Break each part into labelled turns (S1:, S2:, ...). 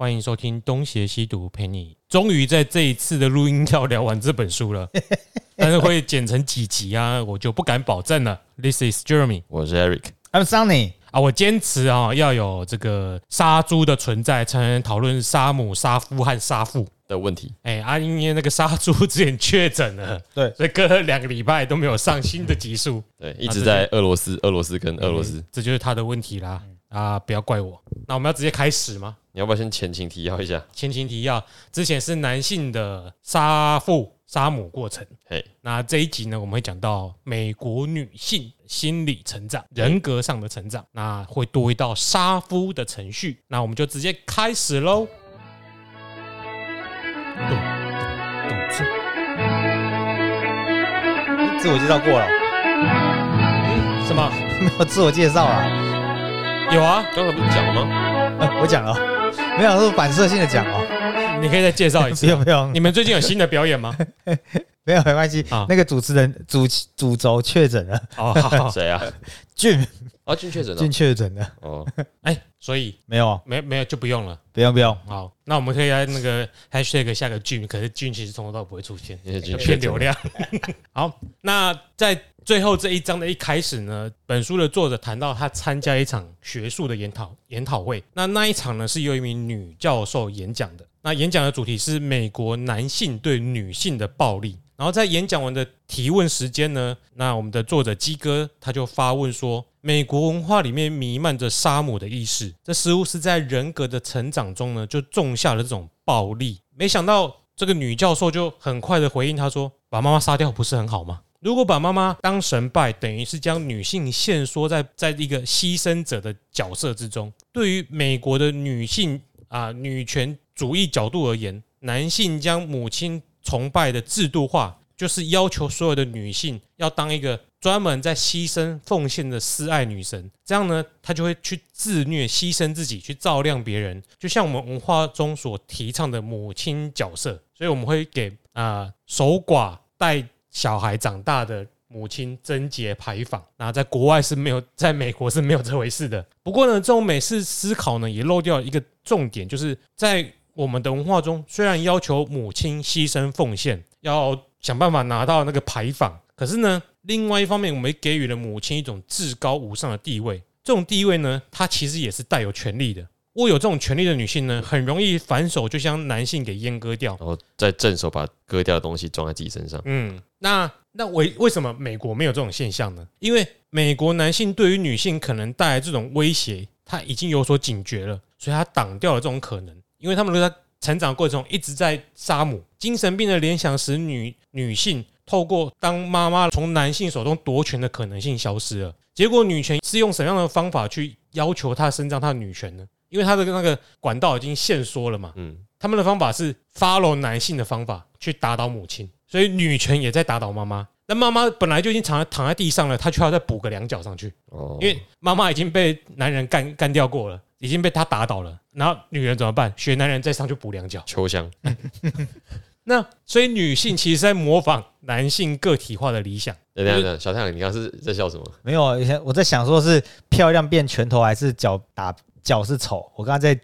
S1: 欢迎收听《东邪西毒》，陪你。终于在这一次的录音要聊完这本书了，但是会剪成几集啊，我就不敢保证了。This is Jeremy
S2: 我是 Eric，
S3: I'm Sunny，
S1: 啊，我坚持啊、要有这个杀猪的存在，才能讨论杀母、杀夫和杀父。
S2: 的问题
S1: 哎、啊，因为那个杀猪之前确诊了，
S3: 对
S1: 所以隔了两个礼拜都没有上新的集数，
S2: 对，一直在俄罗斯，俄罗斯跟俄罗斯，
S1: 这就是他的问题啦。啊，不要怪我。那我们要直接开始吗？
S2: 你要不要先前情提要一下？
S1: 前情提要，之前是男性的杀父杀母过程，
S2: 嘿，
S1: 那这一集呢，我们会讲到美国女性心理成长、人格上的成长，那会多一道杀夫的程序。那我们就直接开始喽。咚咚咚
S3: 自我介绍过了，
S1: 嗯什么？
S3: 没有自我介绍啊？
S1: 有啊，
S2: 刚才不是讲了吗？
S3: 呃我讲了哦，没有是反射性的讲哦，
S1: 你可以再介绍一
S3: 不
S1: 次。
S3: 用不用
S1: 你，们最近有新的表演吗？
S3: 没有没关系
S1: 啊。
S3: 那个主持人主主轴确诊了，
S1: 哦，好好，
S2: 谁啊？
S3: 俊
S2: 啊，俊确诊
S3: 俊
S2: 了
S3: 确诊了，
S2: 哦，
S1: 哎、所以
S3: 没有啊，
S1: 没没有就不用了。
S3: 不用不用，
S1: 好，那我们可以来那个 hashtag 下个俊，可是俊其实从头到尾不会出现。
S2: 因为俊 确
S1: 骗
S2: 诊
S1: 流量。 好，那在最后这一章的一开始呢，本书的作者谈到他参加一场学术的研讨研讨会，那那一场呢是由一名女教授演讲的，那演讲的主题是美国男性对女性的暴力。然后在演讲完的提问时间呢，那我们的作者鸡哥他就发问说：美国文化里面弥漫着杀母的意识，这似乎是在人格的成长中呢，就种下了这种暴力。没想到这个女教授就很快的回应他说：“把妈妈杀掉不是很好吗？如果把妈妈当神拜，等于是将女性限缩在在一个牺牲者的角色之中。对于美国的女性啊、女权主义角度而言，男性将母亲崇拜的制度化，就是要求所有的女性要当一个专门在牺牲奉献的私爱女神。这样呢，她就会去自虐、牺牲自己，去照亮别人，就像我们文化中所提倡的母亲角色。所以我们会给啊、呃守寡带小孩长大的母亲贞洁牌坊。那在国外是没有，在美国是没有这回事的。不过呢，这种美式思考呢，也漏掉了一个重点，就是在我们的文化中，虽然要求母亲牺牲奉献，要想办法拿到那个牌坊，可是呢，另外一方面，我们也给予了母亲一种至高无上的地位。这种地位呢，它其实也是带有权利的。握有这种权利的女性呢，很容易反手就将男性给阉割掉。
S2: 然后再正手把割掉的东西装在自己身上，
S1: 嗯，那那为为什么美国没有这种现象呢？因为美国男性对于女性可能带来这种威胁，他已经有所警觉了，所以他挡掉了这种可能。因为他们都在成长过程中一直在杀母，精神病的联想使女女性透过当妈妈从男性手中夺权的可能性消失了。结果女权是用什么样的方法去要求她伸张她的女权呢？因为她的那个管道已经限缩了嘛，
S2: 嗯，
S1: 他们的方法是 follow 男性的方法去打倒母亲，所以女权也在打倒妈妈。那妈妈本来就已经躺在躺在地上了，她却要再补个两脚上去，
S2: 哦，
S1: 因为妈妈已经被男人干干掉过了，已经被他打倒了。然后女人怎么办？学男人再上去补两脚。
S2: 秋香
S1: 那所以女性其实在模仿男性个体化的理想。
S2: 等一下等一下，小太阳，你刚刚是在笑什么？
S3: 没有，以前我在想说是漂亮变拳头还是脚打脚是丑，我刚 刚在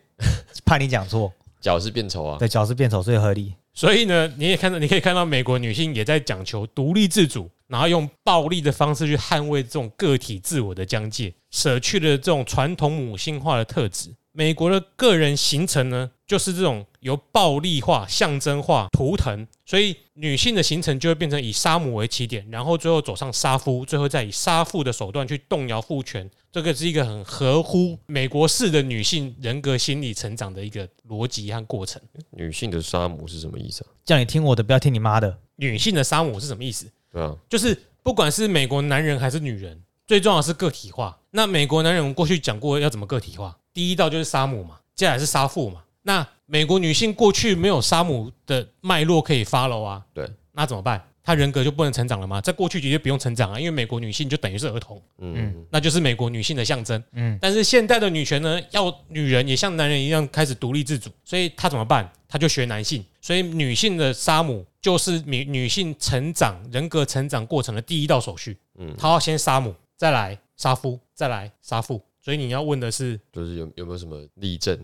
S3: 怕你讲错，
S2: 脚是变丑啊，
S3: 对，脚是变丑最合理，
S1: 所以呢，你也看到，你可以看到美国女性也在讲求独立自主，然后用暴力的方式去捍卫这种个体自我的疆界，舍去了这种传统母性化的特质。美国的个人形成呢，就是这种由暴力化、象征化、图腾，所以女性的形成就会变成以杀母为起点，然后最后走上杀夫，最后再以杀父的手段去动摇父权。这个是一个很合乎美国式的女性人格心理成长的一个逻辑和过程。
S2: 女性的杀母是什么意思啊？
S3: 叫你听我的，不要听你妈的，
S1: 女性的杀母是什么意思？
S2: 对啊，
S1: 就是不管是美国男人还是女人，最重要的是个体化。那美国男人我们过去讲过要怎么个体化，第一道就是杀母嘛，接下来是杀父嘛。那美国女性过去没有杀母的脉络可以 follow 啊，
S2: 对，
S1: 那怎么办？她人格就不能成长了吗？在过去绝对不用成长啊，因为美国女性就等于是儿童，
S2: 嗯，
S1: 那就是美国女性的象征。
S3: 嗯，
S1: 但是现代的女权呢，要女人也像男人一样开始独立自主，所以她怎么办？她就学男性，所以女性的杀母就是女女性成长人格成长过程的第一道手续。
S2: 嗯
S1: 她要先杀母，再来杀夫，再来杀父，所以你要问的是，
S2: 就是有有没有什么例证？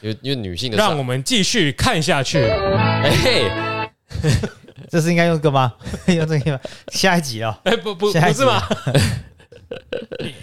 S2: 因为因为女性的
S1: 让
S2: 杀
S1: 我们继续看下 去。
S2: 哎、嘿
S3: 这是应该用歌吗？ 用这个吗？下一集哦，
S1: 哎、不不
S3: 下
S1: 不
S3: 一
S1: 是
S3: 集啊
S1: 吗？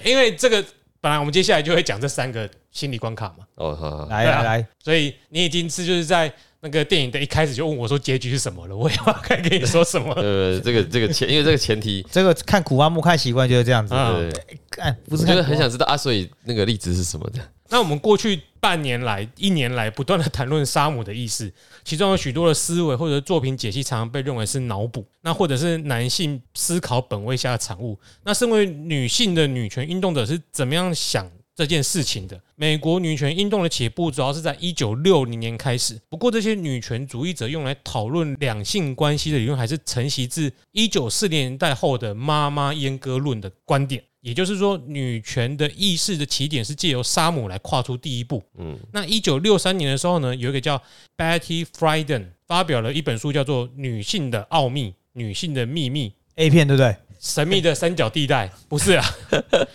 S1: 因为这个本来我们接下来就会讲这三个心理关卡嘛，
S2: 哦好 好好，
S3: 来
S1: 对啊
S3: 来来，
S1: 所以你已经是就是在那个电影的一开始就问我说结局是什么了，我也不该跟你说什 么。
S2: 呃，这个这个前因为这个前 提，
S3: 这个看古阿木看习惯就是这样子。
S1: 啊
S2: 对，
S3: 看不
S2: 嗯我
S3: 是
S2: 觉
S3: 看
S2: 得
S3: 古阿
S2: 很想知道啊，所以那个例子是什么的？
S1: 那我们过去半年来、一年来不断的谈论沙姆的意思，其中有许多的思维或者作品解析，常常被认为是脑补，那或者是男性思考本位下的产物。那身为女性的女权运动者是怎么样想？这件事情的美国女权运动的起步，主要是在一九六零年开始。不过，这些女权主义者用来讨论两性关系的理论，还是承袭自一九四零年代后的“妈妈阉割论”的观点。也就是说，女权的意识的起点是借由沙姆来跨出第一步。
S2: 嗯，
S1: 那一九六三年的时候呢，有一个叫 Betty Friedan 发表了一本书，叫做《女性的奥秘》《女性的秘密》
S3: A 片对不对？
S1: 神秘的三角地带，不是啊？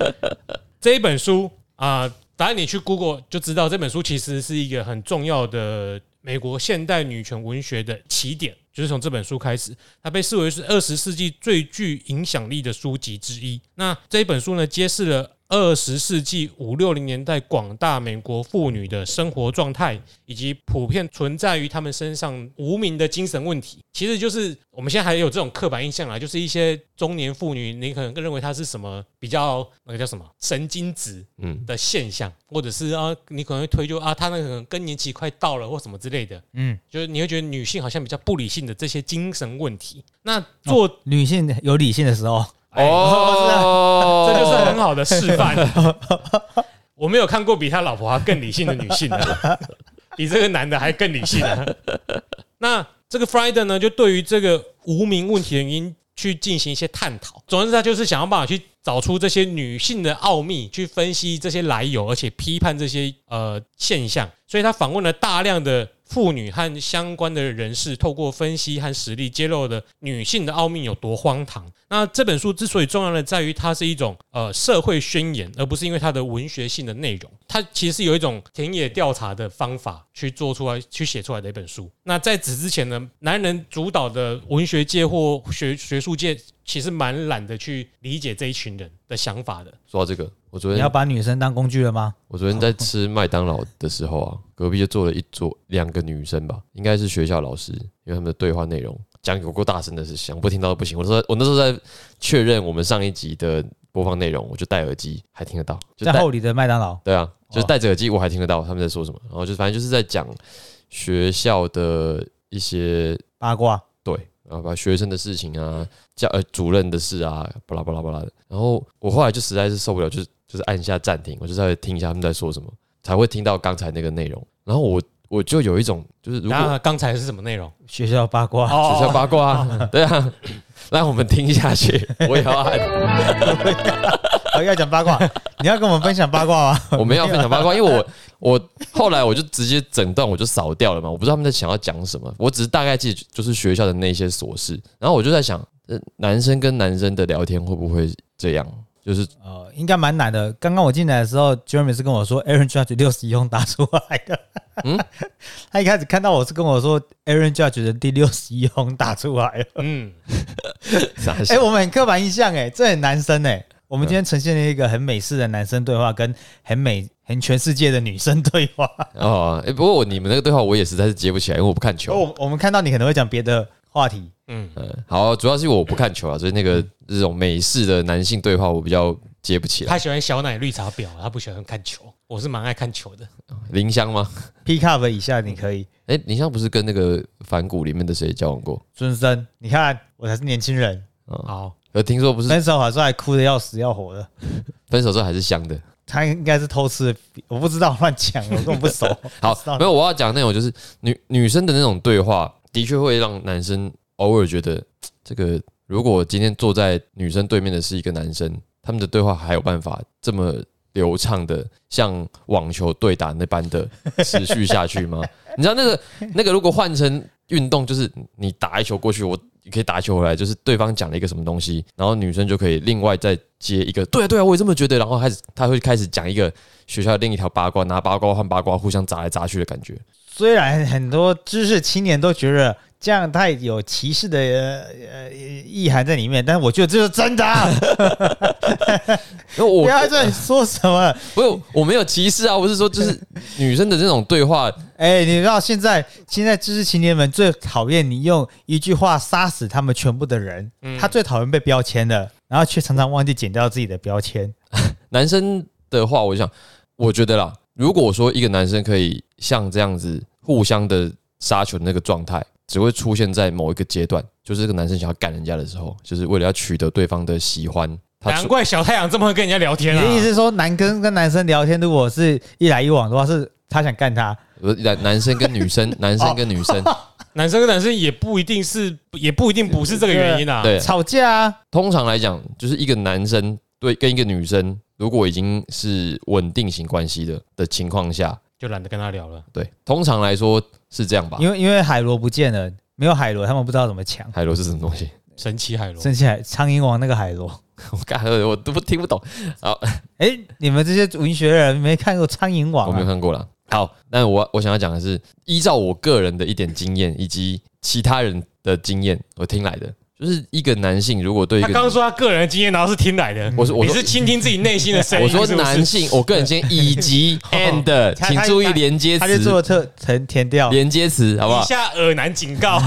S1: 这一本书啊、反正你去 Google 就知道，这本书其实是一个很重要的美国现代女权文学的起点，就是从这本书开始，它被视为是二十世纪最具影响力的书籍之一。那这一本书呢，揭示了。二十世纪五六零年代，广大美国妇女的生活状态，以及普遍存在于她们身上无名的精神问题，其实就是我们现在还有这种刻板印象啊，就是一些中年妇女，你可能更认为她是什么比较那个叫什么神经质，
S2: 嗯，
S1: 的现象，或者是啊，你可能会推就啊，她那个可能更年期快到了或什么之类的，
S3: 嗯，
S1: 就是你会觉得女性好像比较不理性的这些精神问题。那做、哎
S3: 女性有理性的时候，
S2: 哦
S1: 啊这就是很好的示范。 我没有看过比他老婆还更理性的女性的，比这个男的还更理性的。那这个 Friday 呢，就对于这个无名问题的原因去进行一些探讨。总之，他就是想要办法去找出这些女性的奥秘，去分析这些来由，而且批判这些呃现象。所以他访问了大量的妇女和相关的人士，透过分析和实例揭露的女性的奥秘有多荒唐。那这本书之所以重要的在于它是一种呃社会宣言，而不是因为它的文学性的内容。它其实有一种田野调查的方法去做出来、去写出来的一本书。那在此之前呢，男人主导的文学界或学学术界其实蛮懒得去理解这一群人的想法的。
S2: 说到这个，我昨
S3: 你要
S2: 天
S3: 把女生当工具了吗？
S2: 我昨天在吃麦当劳的时候啊，隔壁就坐了一桌两个女生吧，应该是学校老师，因为他们的对话内容讲有够大声的是想不听到都不行。我那时候我那时候在确认我们上一集的播放内容，我就戴耳机还听得到，就
S3: 在
S2: 戴
S3: 后里哦的麦当劳，
S2: 对啊，就是戴着耳机我还听得到他们在说什么，然后就反正就是在讲学校的一些
S3: 八卦，
S2: 对，然后啊把学生的事情啊，教呃主任的事啊，巴拉巴拉巴拉的。然后我后来就实在是受不了，就是就是按下暂停，我就在听一下他们在说什么，才会听到刚才那个内容。然后我我就有一种就是如果
S1: 那刚才是什么内容？
S3: 学校八卦，
S2: 学
S1: 哦
S2: 校八卦啊、 对啊，让我们听下去，我也要按，
S3: 哦要讲八 卦，你要跟我们分享八卦啊吗？
S2: 我们要分享八卦，因为我我后来我就直接整段我就扫掉了嘛，我不知道他们在想要讲什么，我只是大概记得就是学校的那些琐事，然后我就在想，呃，男生跟男生的聊天会不会这样？就是
S3: 呃，应该蛮难的。刚刚我进来的时候，Jeremy 是跟我说 Aaron Judge 六十一轰打出来的。嗯
S2: 嗯，
S3: 他一开始看到我是跟我说 Aaron Judge 的第六十一轰打出来了。
S1: 嗯，
S2: 傻
S3: 哎、
S2: 笑。
S3: 我们很刻板印象哎、这很男生哎、我们今天呈现了一个很美式的男生对话，跟很美、很全世界的女生对话。
S2: 哦，哎、不过我你们那个对话我也实在是接不起来，因为我不看球。
S3: 哦我我们看到你可能会讲别的话题，
S2: 嗯，好，主要是因为我不看球啊，所以那个这种美式的男性对话我比较接不起来。
S1: 他喜欢小奶绿茶婊，他不喜欢看球。我是蛮爱看球的。
S2: 林香吗？
S3: pick up 以下你可以。
S2: 哎、林香不是跟那个反骨里面的谁交往过？
S3: 孙生，你看我才是年轻人，
S1: 好，
S2: 呃，听说不是
S3: 分手好时候还哭的要死要活的。
S2: 分手之后还是香的。
S3: 他应该是偷吃的，我不知道乱讲，我根本不熟。
S2: 好
S3: 不知道，
S2: 没有，我要讲那种就是女女生的那种对话，的确会让男生偶尔觉得嘖这个，如果今天坐在女生对面的是一个男生，他们的对话还有办法这么流畅的像网球对打那般的持 续下去吗？你知道那个那个如果换成运动，就是你打一球过去，我也可以打球回来，就是对方讲了一个什么东西，然后女生就可以另外再接一个，对啊对啊，我也这么觉得，然后开始她会开始讲一个学校另一条八卦，拿八卦换八卦，互相砸来砸去的感觉。
S3: 虽然很多知识青年都觉得这样太有歧视的呃呃意涵在里面，但是我觉得这是真的、啊，
S2: 因为 我
S3: 不要再说什么。
S2: 不是我没有歧视啊，我是说就是女生的这种对话，
S3: 哎、你知道现在现在知识青年们最讨厌你用一句话杀死他们全部的人，
S2: 嗯
S3: 他最讨厌被标签的，然后却常常忘记剪掉自己的标签。
S2: 男生的话，我就想，我觉得啦，如果说一个男生可以像这样子互相的杀球的那个状态，只会出现在某一个阶段，就是这个男生想要干人家的时候，就是为了要取得对方的喜欢。他
S1: 难
S2: 出
S1: 怪小太阳这么会跟人家聊天
S3: 你
S1: 啊
S3: 的！意思是说，男跟跟男生聊天，如果是一来一往的话，是他想干他，
S2: 不是呃男男生跟女生，男生跟女生，
S1: 男生跟男生也不一定是，也不一定不是这个原因啊。
S2: 对，
S3: 吵架啊，
S2: 通常来讲，就是一个男生对跟一个女生，如果已经是稳定型关系的的情况下，
S1: 就懒得跟他聊了。
S2: 对，通常来说是这样吧。
S3: 因为因为海螺不见了，没有海螺，他们不知道怎么抢。
S2: 海螺是什么东西？
S1: 神奇海螺，
S3: 生起来，苍蝇王那个海螺。
S2: 我干，我都不听不懂。
S3: 哎、你们这些文学人没看过苍蝇王、
S2: 我没有
S3: 啊？
S2: 看过啦。好，但我我想要讲的是，依照我个人的一点经验以及其他人的经验，我听来的，就是一个男性如果对一
S1: 他
S2: 个
S1: 刚刚说他个人的经验，然后是听来的。
S2: 我是我
S1: 你
S2: 说
S1: 是倾听自己内心的声音。
S2: 啊我说
S1: 是不是
S2: 男性，我个人先以 及 and，
S3: 哦他
S2: 请
S3: 他
S2: 注意连接
S3: 他就做
S2: 词，
S3: 特填填掉。
S2: 连接词好不
S1: 以
S2: 好？
S1: 下耳难警告，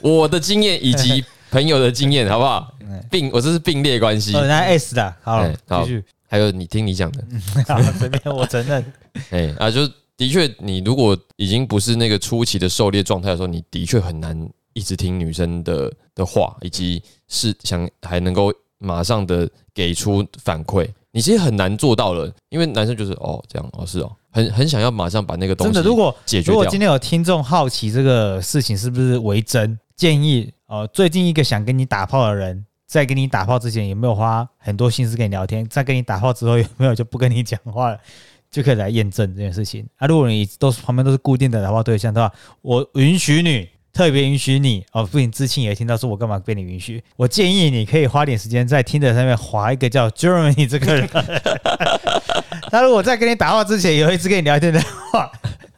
S2: 我的经验以 及朋友的经验好不好
S3: 嗯？
S2: 并我这是并列关系，
S3: 哦，那嗯 S 的，好
S2: 哎好
S3: 继续，
S2: 还有你听你讲的，
S3: 好，随便，我承认。
S2: 哎啊，就的确，你如果已经不是那个初期的狩猎状态的时候，你的确很难一直听女生的的话，以及是想还能够马上的给出反馈，你其实很难做到了，因为男生就是哦这样哦是哦，很很想要马上把那 个东
S3: 真
S2: 西
S3: 的，如果
S2: 解决
S3: 如果
S2: 掉
S3: 今。天有听众好奇这个事情是不是为真，建议呃，最近一个想跟你打炮的人，在跟你打炮之前有没有花很多心思跟你聊天？在跟你打炮之后有没有就不跟你讲话了？就可以来验证这件事情。啊，如果你都是旁边都是固定的打炮对象的话，我允许你，特别允许你哦。不仅知青也听到说，我干嘛被你允许？我建议你可以花点时间在听的上面划一个叫 Jeremy 这个人。他如果在跟你打炮之前有一直跟你聊天的话，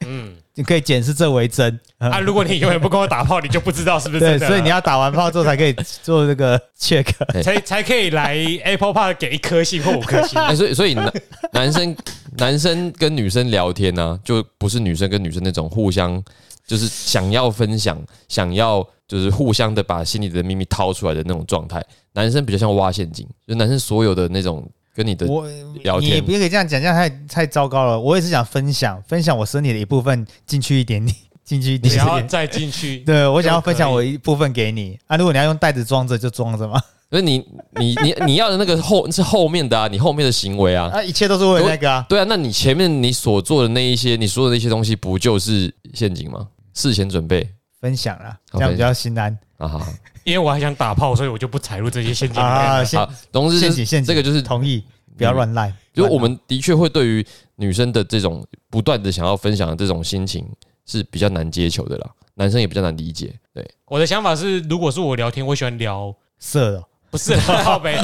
S1: 嗯
S3: 你可以检视这为真。嗯
S1: 啊，如果你永远不跟我打炮，你就不知道是不是啊真
S3: 对，
S1: 的了。
S3: 所以你要打完炮之后才可以做这个 check。
S1: 才才可以来 Apple Park 给一颗星或五颗星。
S2: 哎、所以所以男男生男生跟女生聊天呢、就不是女生跟女生那种互相就是想要分享、想要就是互相的把心里的秘密掏出来的那种状态。男生比较像挖陷阱，就男生所有的那种跟你的，
S3: 我
S2: 聊
S3: 你
S2: 天
S3: 也不可以这样讲，这样太太糟糕了。我也是想分享，分享我身体的一部分进去一点点，进去一
S1: 你
S3: 点
S1: 要啊
S3: 点。
S1: 再进去，
S3: 对，我想
S1: 就
S3: 要
S1: 可以
S3: 分享我一部分给你啊！如果你要用袋子装着，就装 着嘛。
S2: 所以你你你你要的那个后是后面的啊，你后面的行为啊，
S3: 啊，一切都是为了那个啊。
S2: 对啊，那你前面你所做的那一些，你所有的一些东西，不就是陷阱吗？事前准备
S3: 分享啦，
S2: 好
S3: 这样比较心安
S2: 啊，好好
S1: 因为我还想打炮，所以我就不踩入这些陷阱里面。
S3: 啊。陷
S2: 好，总之、
S3: 陷
S2: 就
S3: 阱，
S2: 是、
S3: 陷阱，
S2: 这个就是
S3: 同意，不要乱
S1: 嗯
S3: 赖。
S2: 就是我们的确会对于女生的这种不断的想要分享的这种心情是比较难接球的啦，男生也比较难理解。对，
S1: 我的想法是，如果是我聊天，我喜欢聊，
S3: 色的哦，
S1: 不是靠呗，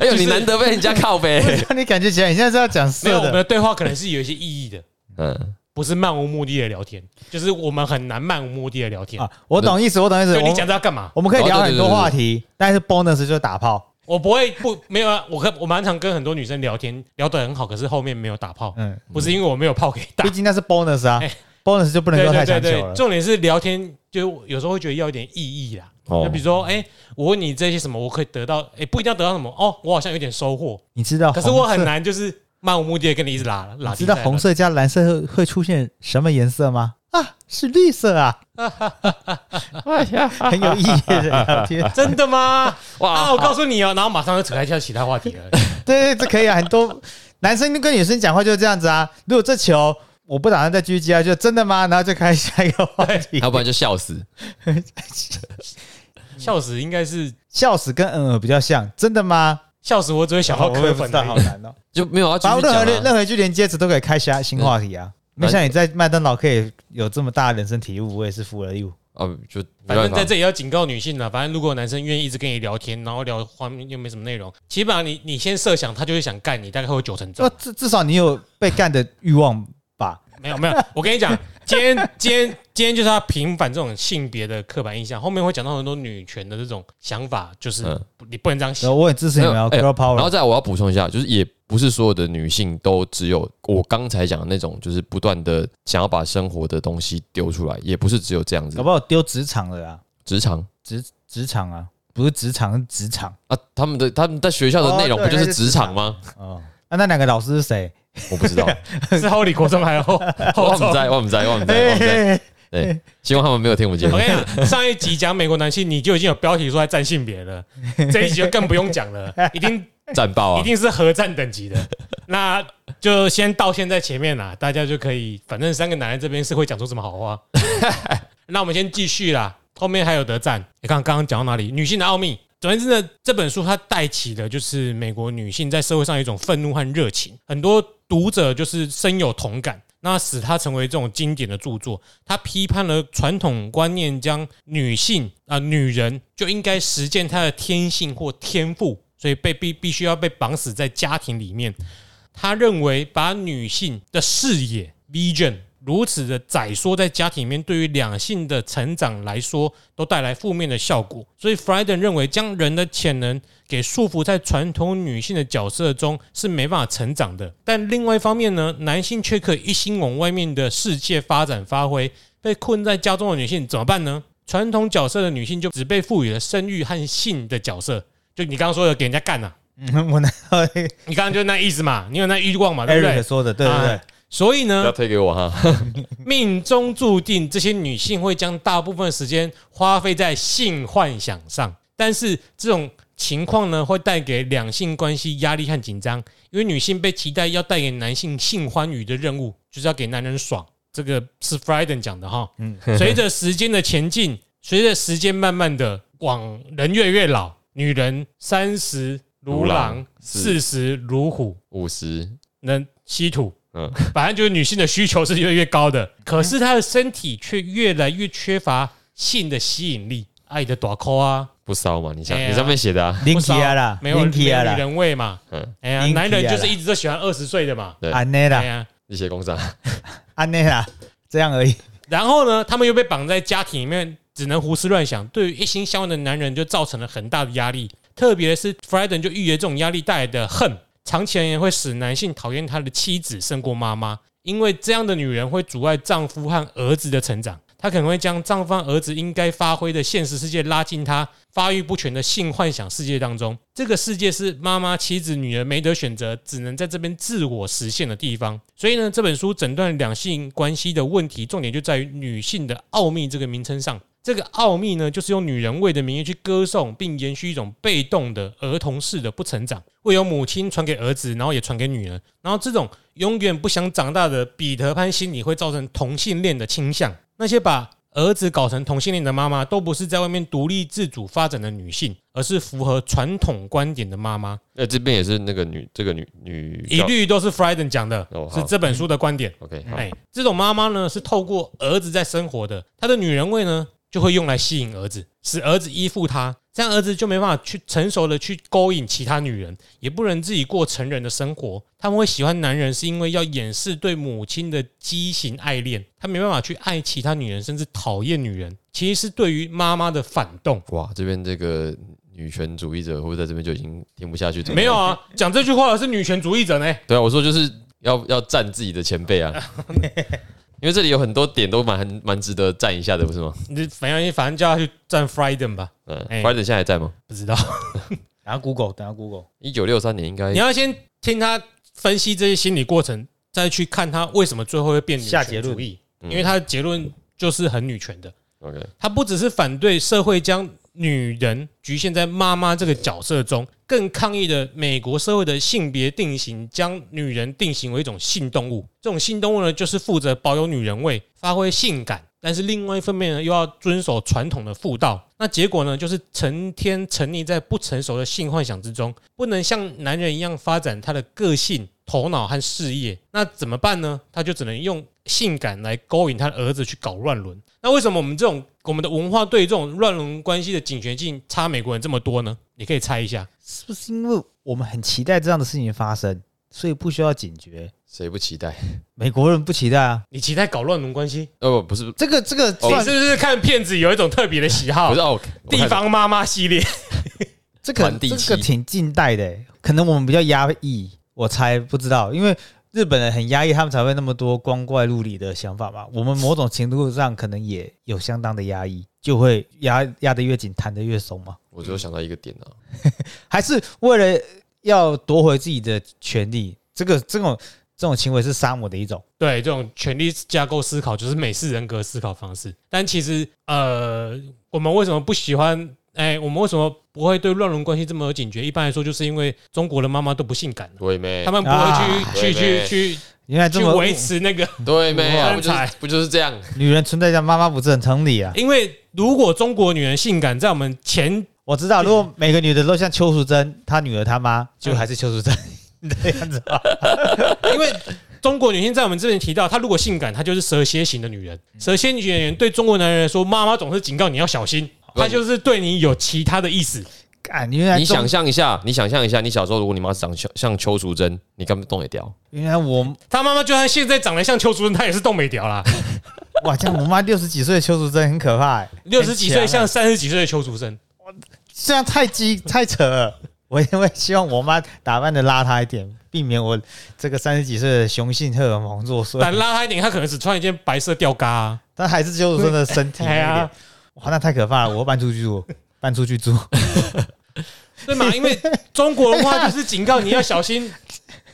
S2: 哎呦，
S1: 就是
S2: 你难得被人家靠背，
S3: 你感觉起来你现在是要讲
S1: 没有我
S3: 色
S1: 们
S3: 的，
S1: 的对话可能是有一些意义的，
S2: 嗯，
S1: 不是漫无目的的聊天，就是我们很难漫无目的的聊天。
S3: 啊？我懂意思，我懂意思。
S1: 所以你
S3: 我
S1: 讲这要干嘛？
S3: 我们可以聊
S2: 哦对
S3: 很
S2: 对
S3: 多
S2: 对对
S3: 话题，但是 bonus 就是打炮。
S1: 我不会不没有啊，我跟我蛮常跟很多女生聊天，聊得很好，可是后面没有打炮，
S3: 嗯，
S1: 不是因为我没有炮可以打
S3: 毕。竟那是 bonus 啊
S1: 哎
S3: ，bonus 就不能
S1: 对
S3: 够太
S1: 对
S3: 强
S1: 对
S3: 求了
S1: 对，。重点是聊天，就有时候会觉得要有点意义啦。
S2: 哦
S1: 就比如说，哎、我问你这些什么，我可以得到，哎、不一定要得到什么哦，我好像有点收获，
S3: 你知道
S1: 可
S3: 啊红色，
S1: 是我很难就是漫无目的的跟你一直拉拉
S3: 你
S1: 低
S3: 知
S1: 在
S3: 道
S1: 那。
S3: 红色加蓝色会会出现什么颜色吗？啊，是绿色啊！很有意义的聊天。
S1: 真的 吗？啊，
S2: 哇
S1: 我，告诉你哦，然后马上就扯开跳其他话题了。
S3: 对对，这可以啊，很多男生跟女生讲话就是这样子啊。如果这球我不打算再继续接下去，就真的吗？然后就开始下一个话题
S2: 要。不然嗯就笑死。
S1: 笑死，应该是
S3: 笑死跟嗯嗯比较像，真的吗？
S1: 笑死，我只会想到
S3: 我也
S1: 磕
S3: 不知
S1: 粉
S3: 道，
S1: 而
S3: 好
S1: 已。
S3: 难哦。
S2: 就没有要继
S3: 反
S2: 续
S3: 正任何
S2: 讲
S3: 任
S2: 啊
S3: 任何一句连接词都可以开下新话题啊。没想到你在麦当劳可以有这么大的人生体悟，我也是服了 you。
S2: 啊，就没
S1: 反正
S2: 办
S1: 在
S2: 法。
S1: 这里要警告女性了，反正如果男生愿意一直跟你聊天，然后聊画面又没什么内容，基本上你你先设想他就会想干你，大概会有九成
S3: 那
S1: 中。
S3: 至至少你有被干的欲望吧？
S1: 没有没有，我跟你讲， 今天今天今天就是要平反这种性别的刻板印象，后面会讲到很多女权的这种想法，就是
S2: 嗯
S1: 不你不能这样
S3: 然
S1: 想。
S3: 后我很支持你们
S2: 没
S3: 要
S2: 有哎
S3: girl power，
S2: 然后再来我要补充一下，就是也不是所有的女性都只有我刚才讲的那种，就是不断的想要把生活的东西丢出来，也不是只有这样子
S3: 搞。不好丢职场了啦，
S2: 职场
S3: 职职场啊，不是职场是职场
S2: 啊，他们的他们在学校的内容
S3: 哦
S2: 不
S3: 对
S2: 就是职场吗？
S3: 哦。啊，那两个老师是谁？
S2: 我不知道，
S1: 是后里国中 还后
S2: 我
S1: 后
S2: 们
S1: 中。
S2: 在，我们在，我们在，我
S3: 嘿
S2: 们在。
S3: 嘿嘿
S2: 对，希望他们没有听我们节目
S1: 我。跟你讲，上一集讲美国男性，你就已经有标题说在战性别了，这一集就更不用讲 了，一定
S2: 战报
S1: 一
S2: 啊！
S1: 定是核战等级的。那就先道歉在前面啦，大家就可以，反正三个男人这边是会讲出什么好话。那我们先继续啦，后面还有得战。你看刚刚讲到哪里？女性的奥秘。总而言之呢，这本书它带起的就是美国女性在社会上有一种愤怒和热情，很多读者就是深有同感。那使它成为这种经典的著作，它批判了传统观念，将女性啊、女人就应该实践她的天性或天赋，所以被必必须要被绑死在家庭里面。他认为把女性的视野 vision 如此的窄缩在家庭里面，对于两性的成长来说，都带来负面的效果。所以 f r i d e n 认为，将人的潜能给束缚在传统女性的角色中是没办法成长的。但另外一方面呢，男性却可以一心往外面的世界发展发挥。被困在家中的女性怎么办呢？传统角色的女性就只被赋予了生育和性的角色，就你刚刚说的给人家干呐、啊
S3: 嗯，我那
S1: 你刚刚就那意思嘛，你有那欲望嘛，对不对
S3: Eric？说的，对对对
S1: 啊，所以
S2: 不
S1: 呢
S2: 要，推给我哈，
S1: 命中注定这些女性会将大部分的时间花费在性幻想上，但是这种情况呢，会带给两性关系压力和紧张，因为女性被期待要带给男性性欢愉的任务，就是要给男人爽。这个是 f r i d e n 讲的哈。
S3: 嗯，
S1: 随着时间的前进，随着时间慢慢的往人越来越老，女人三十如
S2: 如
S1: 狼
S2: 狼，
S1: 四十如虎，
S2: 五十
S1: 能吸土，嗯
S2: 嗯，
S1: 反正就是女性的需求是越来越高的，可是她的身体却越来越缺乏性的吸引力，爱的短扣啊，
S2: 不骚嘛？你想
S1: 哎呀
S2: 你上面写的啊，
S3: 林
S1: 不骚
S3: 奇亚啦，
S1: 没有
S3: 林
S1: 没
S3: 奇
S1: 有
S3: 亚
S1: 女
S3: 啦，
S1: 人味嘛，
S2: 嗯，
S1: 哎呀，
S3: 林奇亚
S1: 男
S3: 啦
S1: 人就是一直都喜欢二十岁的嘛，
S2: 对
S3: 安内
S1: 哎
S3: 啦，
S1: 呀，
S2: 一些工厂啊
S3: 安内啦，这样而已。
S1: 然后呢，他们又被绑在家庭里面，只能胡思乱想，对于一心相爱的男人就造成了很大的压力。特别是 f r i d e n 就预言这种压力带来的恨，长期而言会使男性讨厌他的妻子胜过妈妈，因为这样的女人会阻碍丈夫和儿子的成长。她可能会将丈夫和儿子应该发挥的现实世界拉进她发育不全的性幻想世界当中。这个世界是妈妈、妻子、女儿没得选择，只能在这边自我实现的地方。所以呢，这本书诊断两性关系的问题，重点就在于女性的奥秘这个名称上。这个奥秘呢，就是用女人味的名义去歌颂，并延续一种被动的儿童式的不成长，会由母亲传给儿子，然后也传给女儿。然后这种永远不想长大的彼得潘心理，会造成同性恋的倾向。那些把儿子搞成同性恋的妈妈，都不是在外面独立自主发展的女性，而是符合传统观点的妈妈。
S2: 那哎这边也是那个女，这个女女
S1: 一律都是 Frieden 讲的
S2: 哦，好
S1: 是这本书的观点。
S2: OK 好，
S1: 哎，这种妈妈呢是透过儿子在生活的，她的女人味呢就会用来吸引儿子，使儿子依附她，这样儿子就没办法去成熟的去勾引其他女人，也不能自己过成人的生活。他们会喜欢男人，是因为要掩饰对母亲的畸形爱恋，他没办法去爱其他女人，甚至讨厌女人，其实是对于妈妈的反动。
S2: 哇，这边这个女权主义者会不会在这边就已经听不下去？
S1: 没有，啊，讲这句话的是女权主义者呢。
S2: 对啊，我说就是要要站自己的前 辈啊，因为这里有很多点都蛮蛮值得站一下的，不是吗？
S1: 你反正反正叫他去站 Frieden 吧，
S2: 嗯
S1: 哎
S2: f r i d e n 现在还在吗？
S1: 不知道。
S3: 等下 Google，等下 Google，
S2: 一九六三年应该
S1: 你要先听他分析这些心理过程，再去看他为什么最后会变女
S3: 下结
S1: 权
S3: 论
S1: 主义，
S2: 嗯
S1: 因为他的结论就是很女权的。
S2: OK，
S1: 他不只是反对社会将女人局限在妈妈这个角色中，更抗议的美国社会的性别定型，将女人定型为一种性动物。这种性动物呢，就是负责保有女人味，发挥性感，但是另外一方面呢，又要遵守传统的妇道。那结果呢，就是成天沉溺在不成熟的性幻想之中，不能像男人一样发展他的个性。头脑和事业，那怎么办呢？他就只能用性感来勾引他的儿子去搞乱伦。那为什么我们这种我们的文化对于这种乱伦关系的警觉性差美国人这么多呢？你可以猜一下，
S3: 是不是因为我们很期待这样的事情发生，所以不需要警觉？
S2: 谁不期待？
S3: 美国人不期待啊，哦
S1: 你期待搞乱伦关系？
S2: 哦，不是，
S3: 这个这个
S1: 你
S3: 算、
S1: 是不是看片子有一种特别的喜好
S2: 不是？哦，我
S1: 地
S2: 看
S1: 方妈妈系列，
S3: 这个
S2: 传递
S3: 这
S2: 期
S3: 个挺近代的欸，可能我们比较压抑，我猜不知道，因为日本人很压抑，他们才会那么多光怪陆离的想法嘛。我们某种程度上可能也有相当的压抑，就会压压得越紧，弹得越松嘛。
S2: 我只有想到一个点啊，
S3: 还是为了要夺回自己的权利，这个这种这种行为是杀母的一种。
S1: 对，这种权力架构思考就是美式人格思考方式。但其实，呃，我们为什么不喜欢？哎，我们为什么不会对乱伦关系这么有警觉？一般来说，就是因为中国的妈妈都不性感了，
S2: 对妹，
S1: 他们不会
S3: 啊
S1: 去、去
S2: 对
S1: 去去
S3: 原来这
S1: 去
S3: 么
S1: 维持那个，
S2: 对妹啊，不就
S1: 我
S2: 是不就是这样？
S3: 女人存在着妈妈不是很疼你啊！
S2: 哎
S1: 因为如果中国女人性感，在我们前
S3: 我知
S2: 哎
S3: 道，如果每个女的都像邱淑贞，她女儿她妈
S2: 嗯
S3: 就还是邱淑贞 这样子 吧。
S1: 因为中国女性在我们这边提到，她如果性感，她就是蛇蝎型的女人。蛇蝎女人对中国男人来说，妈妈总是警告你要小心，她就是对你有其他的意思。
S3: 干，原来
S2: 你
S3: 中
S2: 想象一下，你想象一下，你小时候如果你妈长像像邱淑贞，你根本动也掉。
S3: 原来我
S1: 她妈妈就算现在长得像邱淑贞，她也是冻美屌 啦。
S3: 哇，这样我妈六十几岁的邱淑贞很可怕、欸，
S1: 六十几岁
S3: 很强
S1: 像
S3: 欸
S1: 三十几岁的邱淑贞，
S3: 这样太激太扯了。我因为希望我妈打扮的邋遢一点，避免我这个三十几岁的雄性荷尔蒙作
S1: 但
S3: 祟。
S1: 拉她一点，她可能只穿一件白色吊嘎、啊。
S3: 但还是邱淑贞的 身体有一
S1: 哎
S3: 点
S1: 呀，，
S3: 哇，那太可怕了！我要搬出去住， 搬出 去住。
S1: 对嘛？因为中国文化就是警告你要小 心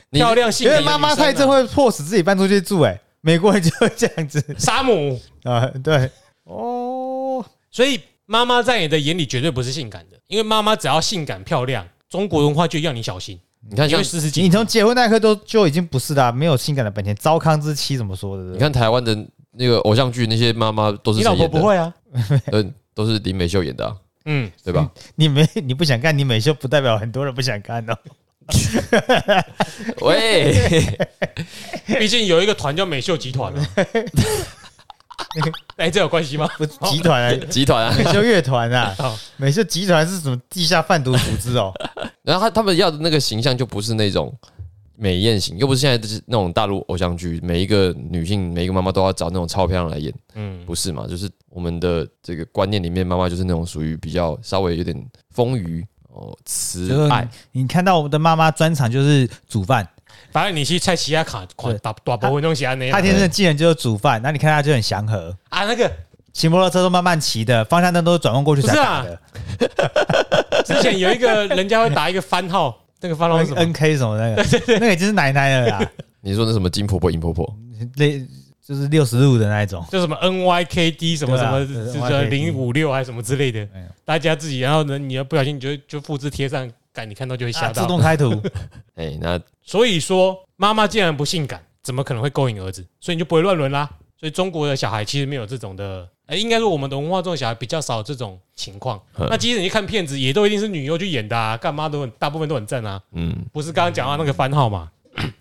S2: 你
S1: 漂亮性
S3: 因
S1: 感
S3: 为
S1: 的
S3: 妈妈
S1: 女生啊
S3: 太真会迫使自己搬出去住、欸，哎，美国人就会这样子
S1: 杀母，
S3: 啊、对，哦，
S1: 所以妈妈在你的眼里绝对不是性感的，因为妈妈只要性感漂亮，中国文化就要你小心，
S2: 你看
S1: 你
S2: 像
S1: 会失之
S3: 你
S1: 警。
S3: 从结婚那一刻都就已经不是啦、没有性感的本钱。糟糠之妻怎么说的？
S2: 你看台湾的那个偶像剧，那些妈妈都是
S1: 你老
S2: 谁
S1: 婆
S2: 演
S1: 不
S2: 的？
S1: 会啊？
S2: 嗯，都是林美秀演的啊，
S1: 嗯，
S2: 对吧？
S3: 你没你不想干，你美秀不代表很多人不想干哦。
S2: 喂，
S1: 毕竟有一个团叫美秀集团 啊。哎，这有关系吗？
S3: 不是集团啊，
S1: 哦
S2: 集团啊，
S3: 美秀乐团 啊
S1: 好，
S3: 美秀集团是什么地下贩毒组织哦？
S2: 然后他他们要的那个形象就不是那种美艳型，又不是现在就是那种大陆偶像剧，每一个女性每一个妈妈都要找那种超漂亮来演，
S1: 嗯，
S2: 不是嘛？就是我们的这个观念里面，妈妈就是那种属于比较稍微有点丰腴哦，
S3: 就
S2: 慈
S3: 是
S1: 哎
S2: 爱。
S3: 你看到我们的妈妈专场就是煮饭，
S1: 反正你去啊蔡奇亚卡款
S3: 对
S1: 打打博文东西啊那
S3: 她
S1: 样
S3: 天生的技能就是煮饭，那你看她就很祥和，
S1: 啊那 个
S3: 骑摩托车都慢慢骑的，方向灯都是转弯过去才打
S1: 不是啊
S3: 的
S1: 之前有一个人家会打一个番号，那个番号是什么？
S3: ，N K 什么那个，那个已经是奶奶了啦，
S2: 你说那什么金婆婆、银婆婆，
S3: 类就是六十路的那一种。
S1: 就什么 N Y K D 什么
S3: 对
S1: 什
S3: 啊
S1: 么，
S3: 对
S1: 就是
S3: NYKD
S1: 零五六还是什么之类的
S3: 哎呀，
S1: 大家自己，然后呢，你要不小心你就就复制贴上，感你看到就会
S3: 啊
S1: 吓
S3: 自
S1: 到。
S3: 动 开图，
S2: 哎、那
S1: 所以说，妈妈既然不性感，怎么可能会勾引儿子？所以你就不会乱伦啦。所以中国的小孩其实没有这种的，哎，应该说我们的文化中的小孩比较少这种情况。
S2: 嗯
S1: 那即使你去看片子，也都一定是女优去演的啊，干嘛都很大部分都很赞啊。
S2: 嗯，
S1: 不是刚刚讲到那个番号 嘛？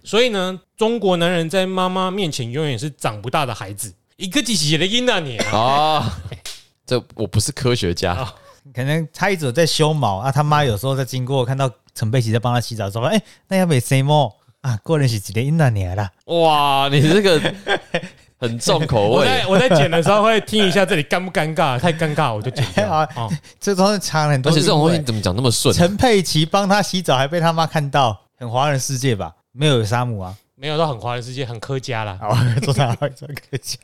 S1: 所以呢，中国男人在妈妈面前永远是长不大的孩子，一个几几的婴啊你啊，
S2: 哦，这我不是科学家，
S1: 啊
S3: 可能他一直有在修毛啊，他妈有时候在经过看到陈佩琪在帮他洗澡的时候，哎、那要不谁摸啊？过人是几天那年啦，
S2: 哇，你这个很重口
S1: 我
S2: 味
S1: 在。我在剪的时候会听一下这里尴不尴尬，太尴尬我就剪 掉。
S3: 啊，
S1: 哦，
S3: 这都是藏了很多
S2: 而且这种东西
S3: 误
S2: 你
S3: 会
S2: 怎么讲那么 顺？
S3: 陈佩琪帮他洗澡还被他妈看到，很华人世界吧？没有沙姆啊，
S1: 没有到很华人世界，很客家啦。
S3: 好，做他做客家，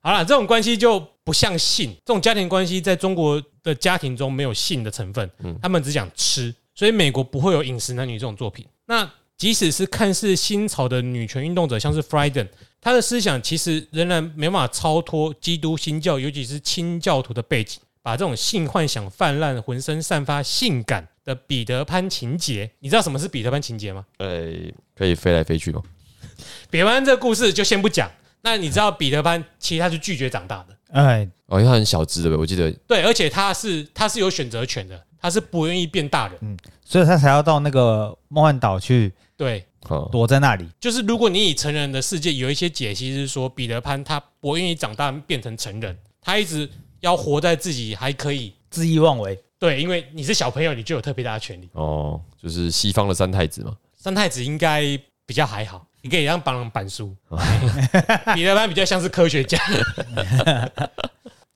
S1: 好啦，这种关系就不像性，这种家庭关系在中国的家庭中没有性的成分，他们只讲吃，所以美国不会有饮食男女这种作品。那即使是看似新潮的女权运动者，像是 Frieden，他的思想其实仍然没办法超脱基督新教，尤其是清教徒的背景，把这种性幻想泛滥、浑身散发性感的彼得潘情节。你知道什么是彼得潘情节吗？
S2: 哎、可以飞来飞去吗？
S1: 彼得潘这个故事就先不讲。那你知道彼得潘其实他是拒绝长大的。
S3: 哎，
S2: 哦，因为他很小只的，我记得
S1: 对，而且他是他是有选择权的，他是不愿意变大人。
S3: 所以他才要到那个梦幻岛去
S1: 对，
S2: 好，
S3: 躲在那里。
S1: 就是如果你以成人的世界有一些解析是说，彼得潘他不愿意长大变成成人，他一直要活在自己还可以。
S3: 恣意妄为，
S1: 对，因为你是小朋友，你就有特别大的权利。
S2: 哦，就是西方的三太子嘛，
S1: 三太子应该比较还好，你可以让帮板书，
S2: 哦
S1: 彼得潘比较像是科学家。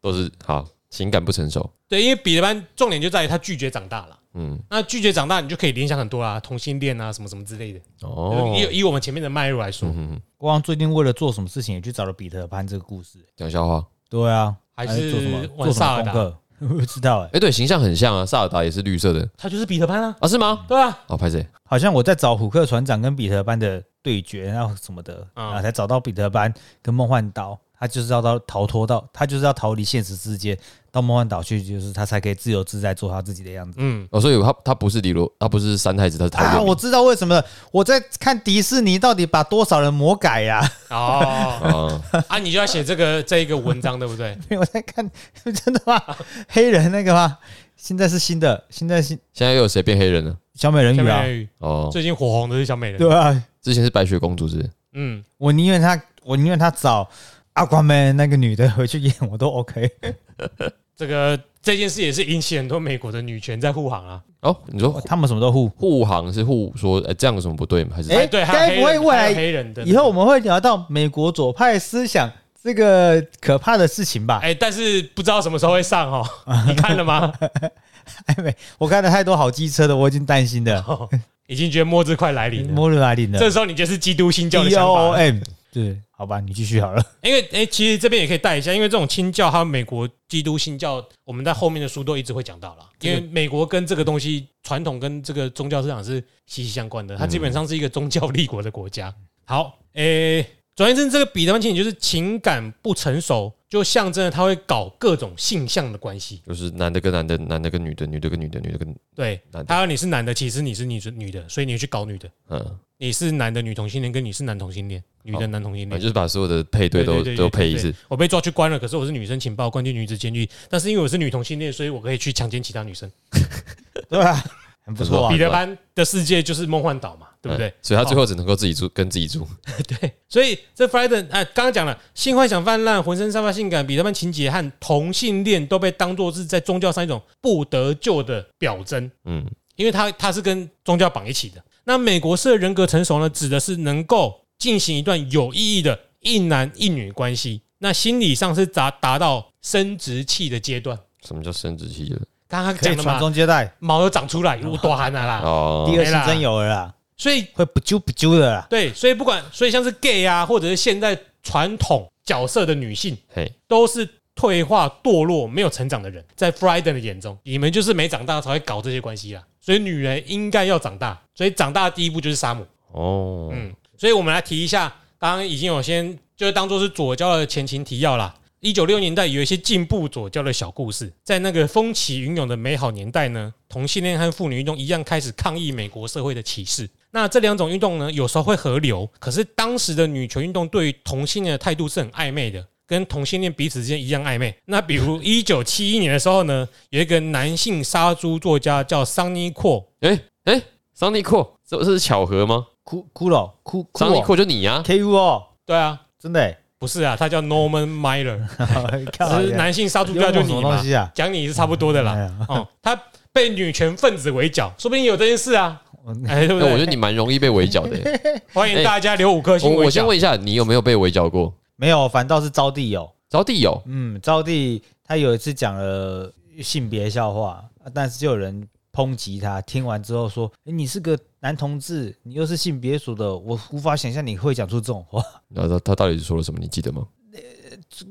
S2: 都是好情感不成熟，
S1: 对，因为彼得潘重点就在于他拒绝长大了。
S2: 嗯，
S1: 那拒绝长大，你就可以联想很多啦，同性恋啊，什么什么之类的。
S2: 哦，
S1: 以以我们前面的脉络来说，
S2: 嗯，
S3: 国王最近为了做什么事情也去找了彼得潘这个故事。
S2: 讲笑话，
S3: 对啊，
S1: 还
S3: 他在
S1: 是啊
S3: 做什么？
S1: 玩
S3: 做什
S1: 萨
S3: 么
S1: 尔
S3: 功
S1: 达，
S3: 课？我不知道哎、
S2: 哎，对，形象很像啊，萨尔达也是绿色的
S1: 他就是彼得潘啊，
S2: 啊，是吗？
S1: 对啊，
S2: 哦，拍谁？
S3: 好像我在找虎克船长跟彼得潘的对决，然后什么的，
S1: 嗯
S3: 然后才找到彼得潘跟梦幻岛。他就是要到逃脱到，他就是要逃离现实世界，到梦幻岛去，就是他才可以自由自在做他自己的样子。
S1: 嗯，
S2: 哦，所以他他不是李罗，他不是三太子，他是陶
S3: 啊，
S2: 渊明
S3: 我知道为什么了。我在看迪士尼到底把多少人魔改啊呀、
S1: 哦，
S2: 啊，
S1: 啊，你就要写这个这一个文章，对不 对？
S3: 因为我在看，真的 吗？黑人那个吗？现在是新的，现在新
S2: 现在又有谁变黑人了？
S3: 小美人
S1: 小
S3: 鱼
S1: 美
S3: 啊，
S1: 人鱼
S2: 哦，
S1: 最近火红的是小美人，
S3: 对啊，
S2: 之前是白雪公主是不是
S1: 嗯，
S3: 我宁愿他，我宁愿他找阿瓜妹那个女的回去演，我都 OK。
S1: 这个这件事也是引起很多美国的女权在护航啊。
S2: 哦，你说
S3: 他们什么都护。
S2: 护航是护说，哎，这样有什么不对吗？还是
S3: 哎
S1: 哎，对，还有
S3: 该不
S1: 黑人
S3: 会未来
S1: 还有黑人的
S3: 以后我们会聊到美国左派思想这个可怕的事情吧？
S1: 哎，但是不知道什么时候会上哦， 你看了吗？
S3: 哎，没，我看了太多好机车的，我已经担心了。
S1: 已经觉得末日快来临了，
S3: 摩尔来临了
S1: 这时候你就是基督新教的
S3: D
S1: 想
S3: O
S1: 法
S3: O。M，对，好吧，你继续好了。
S1: 因为哎、其实这边也可以带一下，因为这种清教还有美国基督新教，我们在后面的书都一直会讲到啦。因为美国跟这个东西传统跟这个宗教市场是息息相关
S2: 嗯
S1: 的，它基本上是一个宗教立国的国家。好，诶、总而言之，这个彼得潘情侣就是情感不成熟，就象征了他会搞各种性向的关系。
S2: 就是男的跟男的，男的跟女的，女的跟女的，女的跟
S1: 对
S2: 男，的
S1: 他要你是男的，其实你是女是女的，所以你去搞女的。
S2: 嗯，
S1: 你是男的女同性恋，跟你是男同性恋，女
S2: 好
S1: 的男同性恋
S2: 反哦正就，是把所有的配对都
S1: 对对对
S2: 都配一
S1: 对
S2: 次。嗯
S1: 我被抓去关了，可是我是女生情报，关进女子监狱。但是因为我是女同性恋，所以我可以去强奸其他女生。
S3: 对啊，很不错
S2: 哇
S3: 啊
S1: 彼。得潘的世界就是梦幻岛嘛，对不对
S2: 嗯？所以他最后只能够自己住，跟自己住。
S1: 对，所以这 Friday 啊，刚刚讲了，性幻想泛滥，浑身散发性感，彼得潘情节和同性恋都被当作是在宗教上一种不得救的表征，
S2: 嗯，
S1: 因为它它是跟宗教绑一起的。那美国式的人格成熟呢，指的是能够进行一段有意义的一男一女关系，那心理上是达达到生殖器的阶段。
S2: 什么叫生殖器的？
S1: 刚刚
S3: 可以
S1: 讲的
S3: 传
S1: 嘛，
S3: 宗接代，
S1: 毛都长出来，我多寒了啦。
S2: 哦
S3: 第，二性真有了啦，
S1: 所以
S3: 会不啾不啾的啦。
S1: 对，所以不管，所以像是 gay 啊，或者是现在传统角色的女性，
S2: 嘿，
S1: 都是退化、堕落、没有成长的人，在 Friday 的眼中，你们就是没长大才会搞这些关系啦。所以女人应该要长大，所以长大的第一步就是杀母。
S2: 哦，
S1: 嗯，所以我们来提一下，刚刚已经有先就是当做是左交的前情提要啦。一九六年代有一些进步左交的小故事，在那个风起云涌的美好年代呢，同性恋和妇女运动一样开始抗议美国社会的歧视。那这两种运动呢，有时候会合流，可是当时的女权运动对于同性恋的态度是很暧昧的，跟同性恋彼此之间一样暧昧。那比如一九七一年的时候呢，有一个男性杀猪作家叫桑尼阔，
S2: 哎哎，桑尼阔，这这是巧合吗？
S3: 骷骷髅骷
S2: 桑尼
S3: 骷髅
S2: 阔就你啊，
S3: K U 哦，
S1: 哦对啊，
S3: 真的欸。
S1: 不是啊，他叫 Norman Mailer，
S3: 只
S1: 只是男性杀猪标就
S3: 啊什
S1: 你
S3: 么
S1: 嘛
S3: 东，西啊？
S1: 讲你是差不多的
S3: 哎
S1: 啦。
S3: 呀
S1: 哦，他被女权分子围剿，说不定有这件事啊。
S3: 嗯
S1: 哎，对不
S2: 哎，我觉
S1: 对？
S2: 得你蛮容易被围剿 的欸。
S1: 欢迎大家留五颗
S2: 我
S1: 星围
S2: 我先
S1: 剿。
S2: 问一下，你有没有被围剿过？
S3: 没有，反倒是招娣有。
S2: 招娣有，
S3: 嗯，招娣她有一次讲了性别笑话，啊但是就有人抨击她，听完之后说：“诶你是个男同志，你又是性别属的，我无法想象你会讲出这种话。
S2: 然后他他到底说了什么？你记得吗？”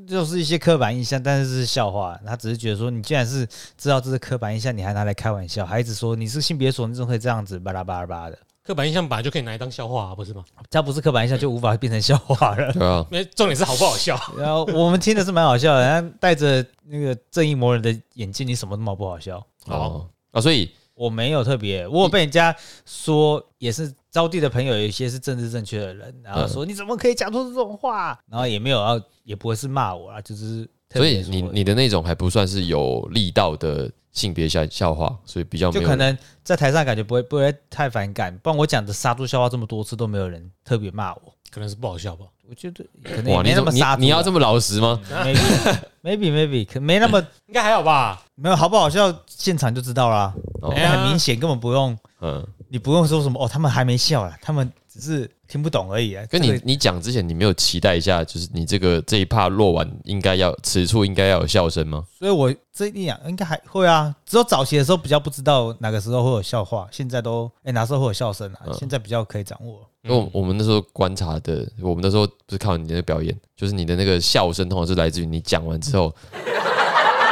S3: 就是一些刻板印象，但是是笑话。她只是觉得说，你既然是知道这是刻板印象，你还拿来开玩笑，还一直说你是性别属，你怎么会这样子？巴拉巴拉巴拉 的，
S1: 刻板印象本来就可以拿来当笑话啊，不是吗？
S3: 她不是刻板印象就无法变成笑话了。
S2: 对啊，
S1: 那重点是好不好 笑？
S3: 然后 我们听的是蛮好笑的，然后戴着那个正义魔人的眼镜，你什么都毛不好笑。
S1: 好
S2: 哦啊，所以
S3: 我没有特别，我有被人家说也是招娣的朋友，有一些是政治正
S2: 嗯
S3: 确的人，然后说你怎么可以讲出这种话？然后也没有要，也不会是骂我啊，就是特
S2: 所
S3: 别
S2: 以
S3: 说
S2: 你
S3: 的
S2: 你的那种还不算是有力道的性别笑笑话，所以比较没
S3: 就
S2: 有
S3: 可能在台上感觉不会不会太反感，不然我讲的杀猪笑话这么多次都没有人特别骂我，
S1: 可能是不好笑吧。
S3: 我觉得可能也
S2: 哇，你
S3: 没
S2: 这
S3: 那么
S2: 你
S3: 杀猪啊。
S2: 你要这么老实吗？
S3: maybe maybe maybe 可没那么
S1: 应该还好吧？
S3: 没有好不好笑，现场就知道啦，
S2: 哦
S1: 哎呀
S3: 很明显根本不用
S2: 嗯，
S3: 你不用说什么哦，他们还没笑啦，他们只是听不懂而已啊。
S2: 跟
S3: 这
S2: 你
S3: 个
S2: 你讲之前，你没有期待一下，就是你这个这一趴落完应该要此处应该要有笑声吗？
S3: 所以我这一两应该还会啊，只有早期的时候比较不知道哪个时候会有笑话，现在都哎、哪时候会有笑声啊，
S2: 嗯
S3: 现在比较可以掌握。
S2: 因为我我们那时候观察的，我们那时候不是靠你的表演，就是你的那个笑声，通常是来自于你讲完之后，
S3: 嗯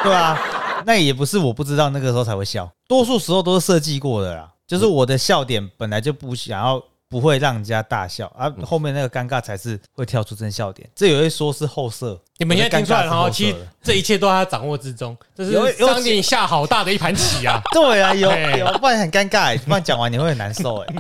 S3: 对啊，那也不是我不知道那个时候才会笑，多数时候都是设计过的啦。就是我的笑点本来就不想要，不会让人家大笑，而、啊、后面那个尴尬才是会跳出真笑点。这有一说是后设，
S1: 你们现在听出来了
S3: 我
S1: 哈，
S3: 的尴尬是
S1: 其
S3: 后
S1: 实
S3: 设的
S1: 这一切都在他掌握之中，这
S3: 有
S1: 是
S3: 有
S1: 上帝下好大的一盘棋啊！
S3: 对啊，有
S1: 哎
S3: 有，不然很尴尬、欸，不然讲完你会很难受哎、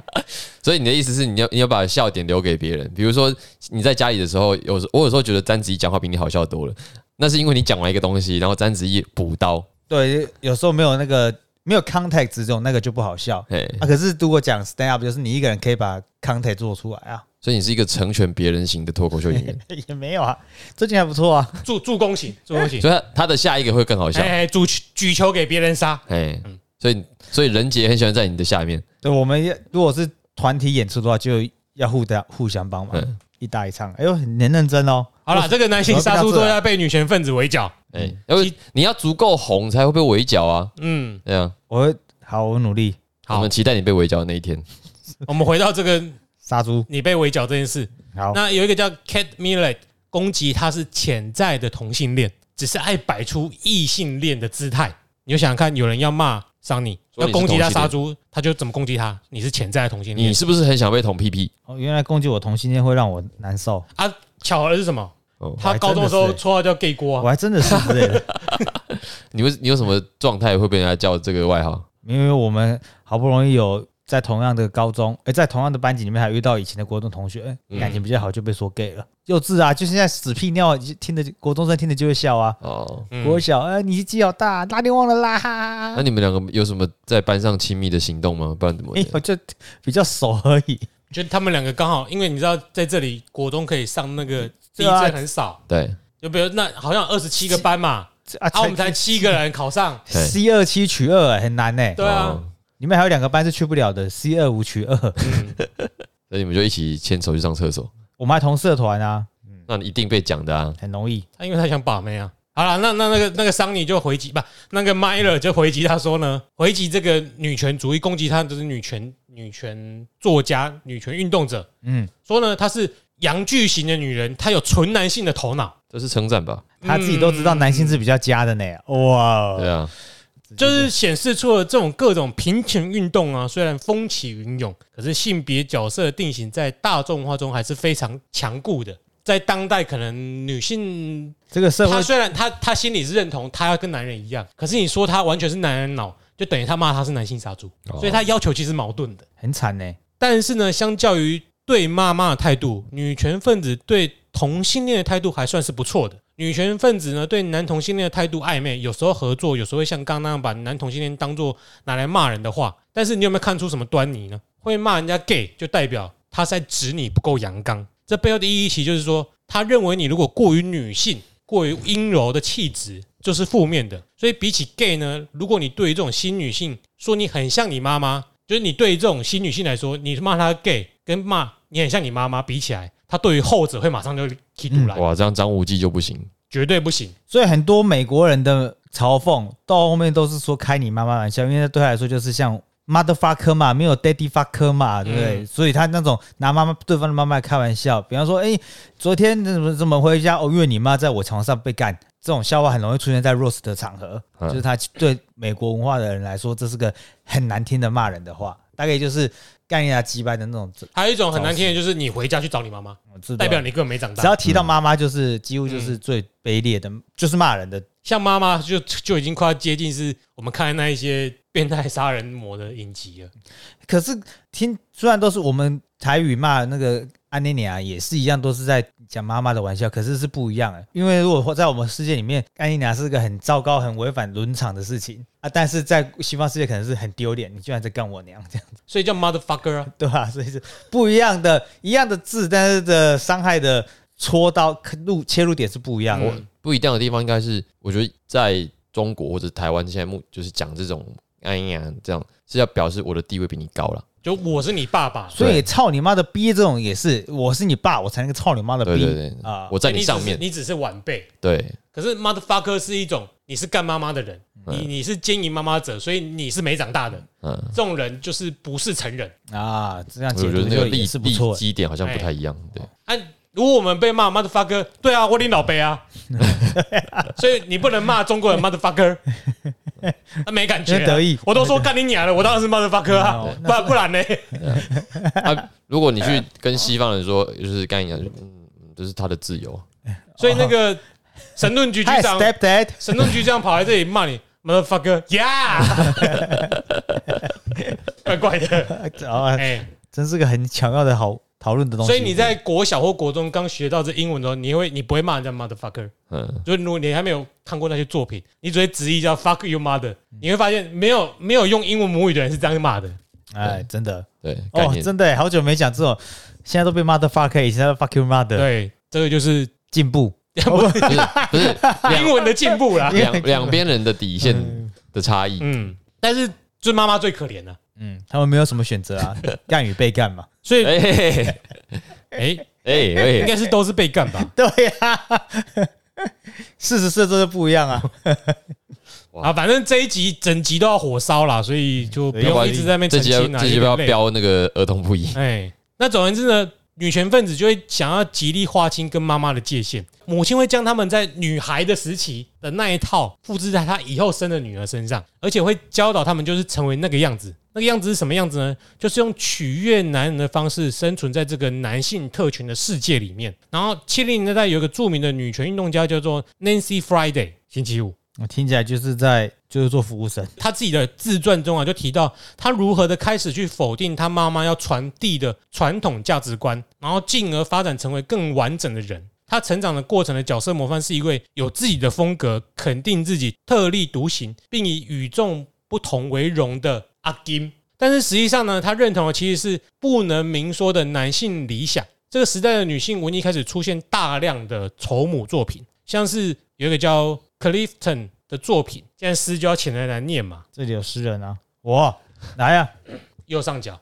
S2: 所以你的意思是你要你要把笑点留给别人，比如说你在家里的时候，有时我有时候觉得詹子怡讲话比你好笑多了，那是因为你讲完一个东西，然后詹子怡补刀，
S3: 对，有时候没有那个没有 contact 这种，那个就不好笑。
S2: 嘿，
S3: 啊，可是如果讲 stand up，就是你一个人可以把 contact 做出来啊，
S2: 所以你是一个成全别人型的脱口秀演员，
S3: 也没有啊，最近还不 错啊。
S1: 助助攻 型，助攻型，
S2: 所以他他的下一个会更好笑，
S1: 哎，哎举举球给别人杀，
S2: 哎，所以所以任杰很喜欢在你的下面，
S3: 对，我们也如果是团体演出的话，就要互相互相帮忙，
S2: 嗯
S3: 一搭一唱。哎呦，你很认真哦。
S1: 好了，这个男性杀
S3: 我
S1: 猪
S3: 被他
S1: 都
S3: 治
S1: 要被女权分子围剿。
S2: 哎，因为你要足够红才会被围剿啊，
S1: 嗯，
S2: 对啊，
S3: 我会好，我努力
S2: 我
S1: 好
S2: 们，期待你被围剿的那一天，
S1: 我们回到这个
S3: 杀猪。
S1: 你被围剿这件事。
S3: 好，
S1: 那有一个叫 Cat Millet 攻击他是潜在的同性恋，只是爱摆出异性恋的姿态。你就想想看，有人要骂桑尼，
S2: 说
S1: 要
S2: 你是
S1: 攻击他
S2: 同性
S1: 杀
S2: 恋
S1: 猪，他就怎么攻击他？你是潜在的同性恋
S2: 你。是不是很想被捅屁屁？
S3: 哦，原来攻击我同性恋会让我难受，
S1: 啊，巧合的是什么？
S2: 哦，
S1: 他高中的时候
S3: 还真的是
S1: 绰号叫 gay 锅
S3: 我
S1: 啊，
S3: 还真的是之类 的。
S2: 你会你有什么状态会被人家叫这个外号？
S3: 因为我们好不容易有在同样的高中，哎，在同样的班级里面还遇到以前的国中同学，哎
S2: 嗯
S3: 感情比较好就被说 gay 了，幼稚啊！就现在屎屁尿，听的国中生听的就会笑啊。
S2: 哦，
S1: 嗯
S3: 国小，呃，你鸡好大，拉链忘了拉，哈哈
S2: 那
S3: 哈。
S2: 你们两个有什么在班上亲密的行动吗？不然怎么会？
S3: 哎，我就比较熟而已。
S1: 就他们两个刚好，因为你知道在这里国中可以上那个地
S3: 对啊
S1: 震很少，
S2: 对
S1: 就比如那好像二十七个班嘛，
S3: 这啊
S1: 啊，我们才七个人考上，
S2: 对
S3: C 二七取二、哎很难呢、
S1: 对啊
S2: 哦，
S3: 里面还有两个班是去不了的，C 二五取二。
S1: 嗯
S2: 所以你们就一起牵手去上厕所，
S3: 我们还同社团啊，
S2: 那你一定被讲的啊。
S3: 很容易。
S1: 他因为他想把妹啊。好了，那那那个那个桑尼就回击吧，那个 m y l e r 就回击他说呢，回击这个女权主义，攻击他就是女权女权作家、女权运动者，
S3: 嗯，
S1: 说呢她是阳具型的女人，她有纯男性的头脑，
S2: 这是称赞吧？
S3: 他自己都知
S1: 嗯
S3: 道男性是比较佳的呢。哇，
S2: 对啊，
S1: 就是显示出了这种各种平权运动啊，虽然风起云涌，可是性别角色的定型在大众化中还是非常强固的。在当代，可能女性
S3: 这个社会
S1: 她虽然她她心里是认同她要跟男人一样，可是你说她完全是男人脑，就等于她骂她是男性杀猪，
S2: 哦
S1: 所以她要求其实矛盾的。
S3: 很惨呢。
S1: 但是呢，相较于对妈妈的态度，女权分子对同性恋的态度还算是不错的。女权分子呢，对男同性恋的态度暧昧，有时候合作，有时候会像刚刚那样把男同性恋当做拿来骂人的话。但是你有没有看出什么端倪呢？会骂人家 gay，就代表他是在指你不够阳刚。这背后的意义其实就是说，他认为你如果过于女性、过于阴柔的气质，就是负面的。所以比起 gay 呢，如果你对于这种新女性说你很像你妈妈，就是你对于这种新女性来说，你骂她 gay 跟骂你很像你妈妈比起来，她对于后者会马上就踢出来，
S2: 嗯哇，这样张无忌就不行。
S1: 绝对不行。
S3: 所以很多美国人的嘲讽到后面都是说开你妈妈玩笑，因为对他来说就是像 motherfucker 嘛，没有 daddy fucker 嘛，对不对？
S1: 嗯
S3: 所以他那种拿妈妈对方的妈妈开玩笑，比方说，哎、昨天怎么怎么回家，哦，因为你妈在我床上被干，这种笑话很容易出现在 roast 的场合，
S2: 嗯
S3: 就是他对美国文化的人来说，这是个很难听的骂人的话，大概就是干人家鸡巴的那种，
S1: 还有一种很难听的就是你回家去找你妈妈，
S3: 我知道
S1: 代表你嗯根本没长
S3: 只
S1: 大。
S3: 要提到妈妈，就是几乎就是最卑劣的，就是骂人的
S1: 像妈妈就就已经快要接近是我们看的那一些变态杀人魔的影集了。
S3: 可是听虽然都是我们台语骂那个安妮妮啊，也是一样，都是在讲妈妈的玩笑，可是是不一样的。因为如果在我们世界里面，安妮妮啊是个很糟糕、很违反伦常的事情啊，但是在西方世界可能啊是很丢脸，你居然在干我娘这样，
S1: 所以叫 motherfucker 啊，
S3: 对吧、所以是不一样的，一样的字，但是的呃伤害的戳到入切入点是不一样的。
S1: 嗯
S2: 不一样的地方应该是，我觉得在中国或者台湾现在目就是讲这种哎呀这样是要表示我的地位比你高了，
S1: 就我是你爸爸，
S3: 所以操你妈的逼这种也是，我是你爸，我才能操你妈的
S2: 对
S3: 逼
S2: 对对，
S3: 啊！
S2: 我在你
S1: 只
S2: 上
S1: 是
S2: 面，
S1: 你只是晚辈。
S2: 对
S1: 可是 motherfucker 是一种你是干妈妈的人，
S2: 嗯
S1: 你你是奸淫妈妈者，所以你是没长大的。
S2: 嗯，
S1: 这种人就是不是成人。
S3: 啊，这样
S2: 我
S3: 解
S2: 觉得
S3: 读
S2: 那个
S3: 就也
S2: 立
S3: 是不
S2: 立
S3: 错。
S2: 基点好像不太一样，对，
S1: 啊，如果我们被骂 motherfucker，对啊，我领老杯 啊，所以你不能骂中国人 motherfucker，他没感觉
S3: 因为
S1: 啊。
S3: 得意
S1: 我都说干你娘了，我当然是 motherfucker 啊
S3: 嗯，
S1: 不然不然呢？
S2: 啊，如果你去跟西方人说，就是干一样，嗯，这是他的自由，
S1: 所以那个神盾局局
S3: 嗨
S1: 长，
S3: ，stepdad，
S1: 神盾局长跑来这里骂你 motherfucker，yeah，怪 怪的，
S3: 啊，
S1: 哎。
S3: 真是个很巧妙的好讨论的东西。
S1: 所以你在国小或国中刚学到这英文的时候，你会你不会骂人家 motherfucker，
S2: 嗯，
S1: 就是如果你还没有看过那些作品，你只会直译叫 fuck your mother，你会发现没有没有用英文母语的人是这样骂的，
S3: 哎，真的
S2: 对，概
S3: 哦，
S2: 念，
S3: 真的耶好久没讲这种，现在都被 mother fucker，以前叫 fuck you mother，
S1: 对，这个就是
S3: 进步。
S2: 不是不是
S1: 英文的进步啦
S3: 因，为
S2: 两两边人的底线的差异，
S1: 嗯，但是就是妈妈最可怜了，
S3: 嗯，他们没有什么选择啊， 干与被干嘛？
S1: 所以哎、
S2: 哎哎
S1: 应
S2: 哎，
S1: 该是都是被干吧
S3: 对啊 呀，四十岁之后就不一样啊。
S1: 啊，反正这一集整集都要火烧啦，所以就不用一直在那边
S2: 这
S1: 澄
S2: 集要
S1: 清啦，
S2: 这集
S1: 有
S2: 不
S1: 点
S2: 要
S1: 累
S2: 标那个儿童不宜，
S1: 哎，那总而言之呢，女权分子就会想要极力划清跟妈妈的界限，母亲会将他们在女孩的时期的那一套复制在她以后生的女儿身上，而且会教导他们就是成为那个样子。那个样子是什么样子呢？就是用取悦男人的方式生存在这个男性特权的世界里面。然后七零年代有一个著名的女权运动家叫做 Nancy Friday，星期五。
S3: 我听起来就是在就是做服务生，
S1: 他自己的自传中啊，就提到他如何的开始去否定他妈妈要传递的传统价值观，然后进而发展成为更完整的人。他成长的过程的角色模范是一位有自己的风格、肯定自己、特立独行，并以与众不同为荣的阿金。但是实际上呢，他认同的其实是不能明说的男性理想。这个时代的女性文艺开始出现大量的丑母作品，像是有一个叫 Clifton 的作品，现在诗就要请人来念嘛，
S3: 这里有诗人啊，我来呀、啊。
S1: 右上角。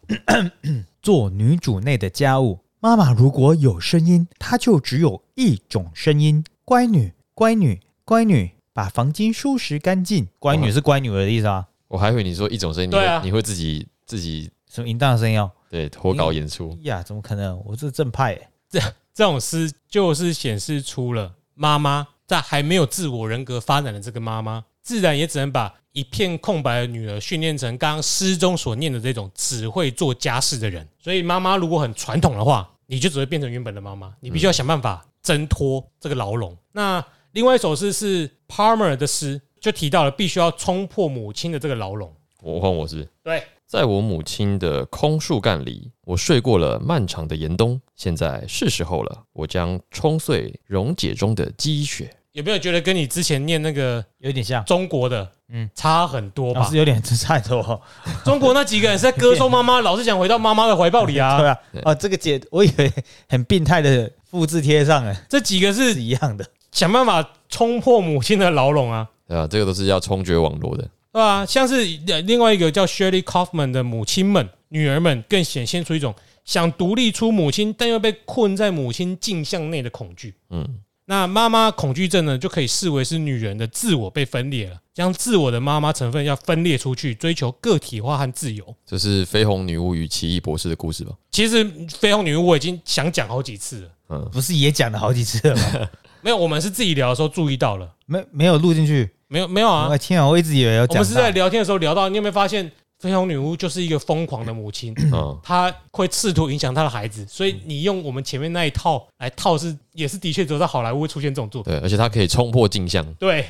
S3: 做女主内的家务。妈妈如果有声音，她就只有一种声音：乖女，乖女，乖女，把房间收拾干净。乖女是乖女儿的意思啊，
S2: 我还以为你说一种声音，你
S1: 对啊
S2: 会你会自己自己
S3: 什么淫荡的声音哦？
S2: 对脱稿演出
S1: 嗯
S3: 哎，呀，怎么可能？我是正派欸耶、
S1: 这种诗就是显示出了妈妈在还没有自我人格发展的这个妈妈，自然也只能把一片空白的女儿训练成刚刚诗中所念的这种只会做家事的人。所以妈妈如果很传统的话，你就只会变成原本的妈妈，你必须要想办法挣脱这个牢笼。那另外一首诗是 Palmer 的诗，就提到了必须要冲破母亲的这个牢笼。
S2: 我换我是不是
S1: 对，
S2: 在我母亲的空树干里，我睡过了漫长的严冬。现在是时候了，我将冲碎溶解中的积雪。
S1: 有没有觉得跟你之前念那个
S3: 有点像，
S1: 中国的，嗯
S3: 嗯，
S1: 差很多
S3: 老
S1: 吧
S3: 师？有点真差很多哦。
S1: 中国那几个人是在歌颂妈妈，老是想回到妈妈的怀抱里啊
S3: 对。啊，哦，这个解我以为很病态的复制贴上 哎，
S1: 这几个
S3: 是
S1: 是
S3: 一样的。
S1: 想办法冲破母亲的牢笼啊，
S2: 对啊，这个都是要冲决网络的。
S1: 对吧、像是呃另外一个叫 Shirley Kaufman 的母亲们、女儿们，更显现出一种想独立出母亲，但又被困在母亲镜像内的恐惧。
S2: 嗯，
S1: 那妈妈恐惧症呢，就可以视为是女人的自我被分裂了，将自我的妈妈成分要分裂出去，追求个体化和自由。
S2: 这是《绯红女巫与奇异博士》的故事吧？
S1: 其实《绯红女巫》我已经想讲好几次了，
S2: 嗯，
S3: 不是也讲了好几次了吗？
S1: 没有，我们是自己聊的时候注意到了，
S3: 没没有录进去。
S1: 没有没有啊
S3: 我，天啊，我一直以为
S2: 呃
S3: 有
S1: 我
S3: 讲到。
S1: 们是在聊天的时候聊到，你有没有发现绯红女巫就是一个疯狂的母 亲，
S2: 嗯，
S1: 她会试图影响她的孩子，所以你用我们前面那一套来套是，也是的确只有在好莱坞会出现这种作品。
S2: 对，而且它可以冲破镜像，
S1: 对，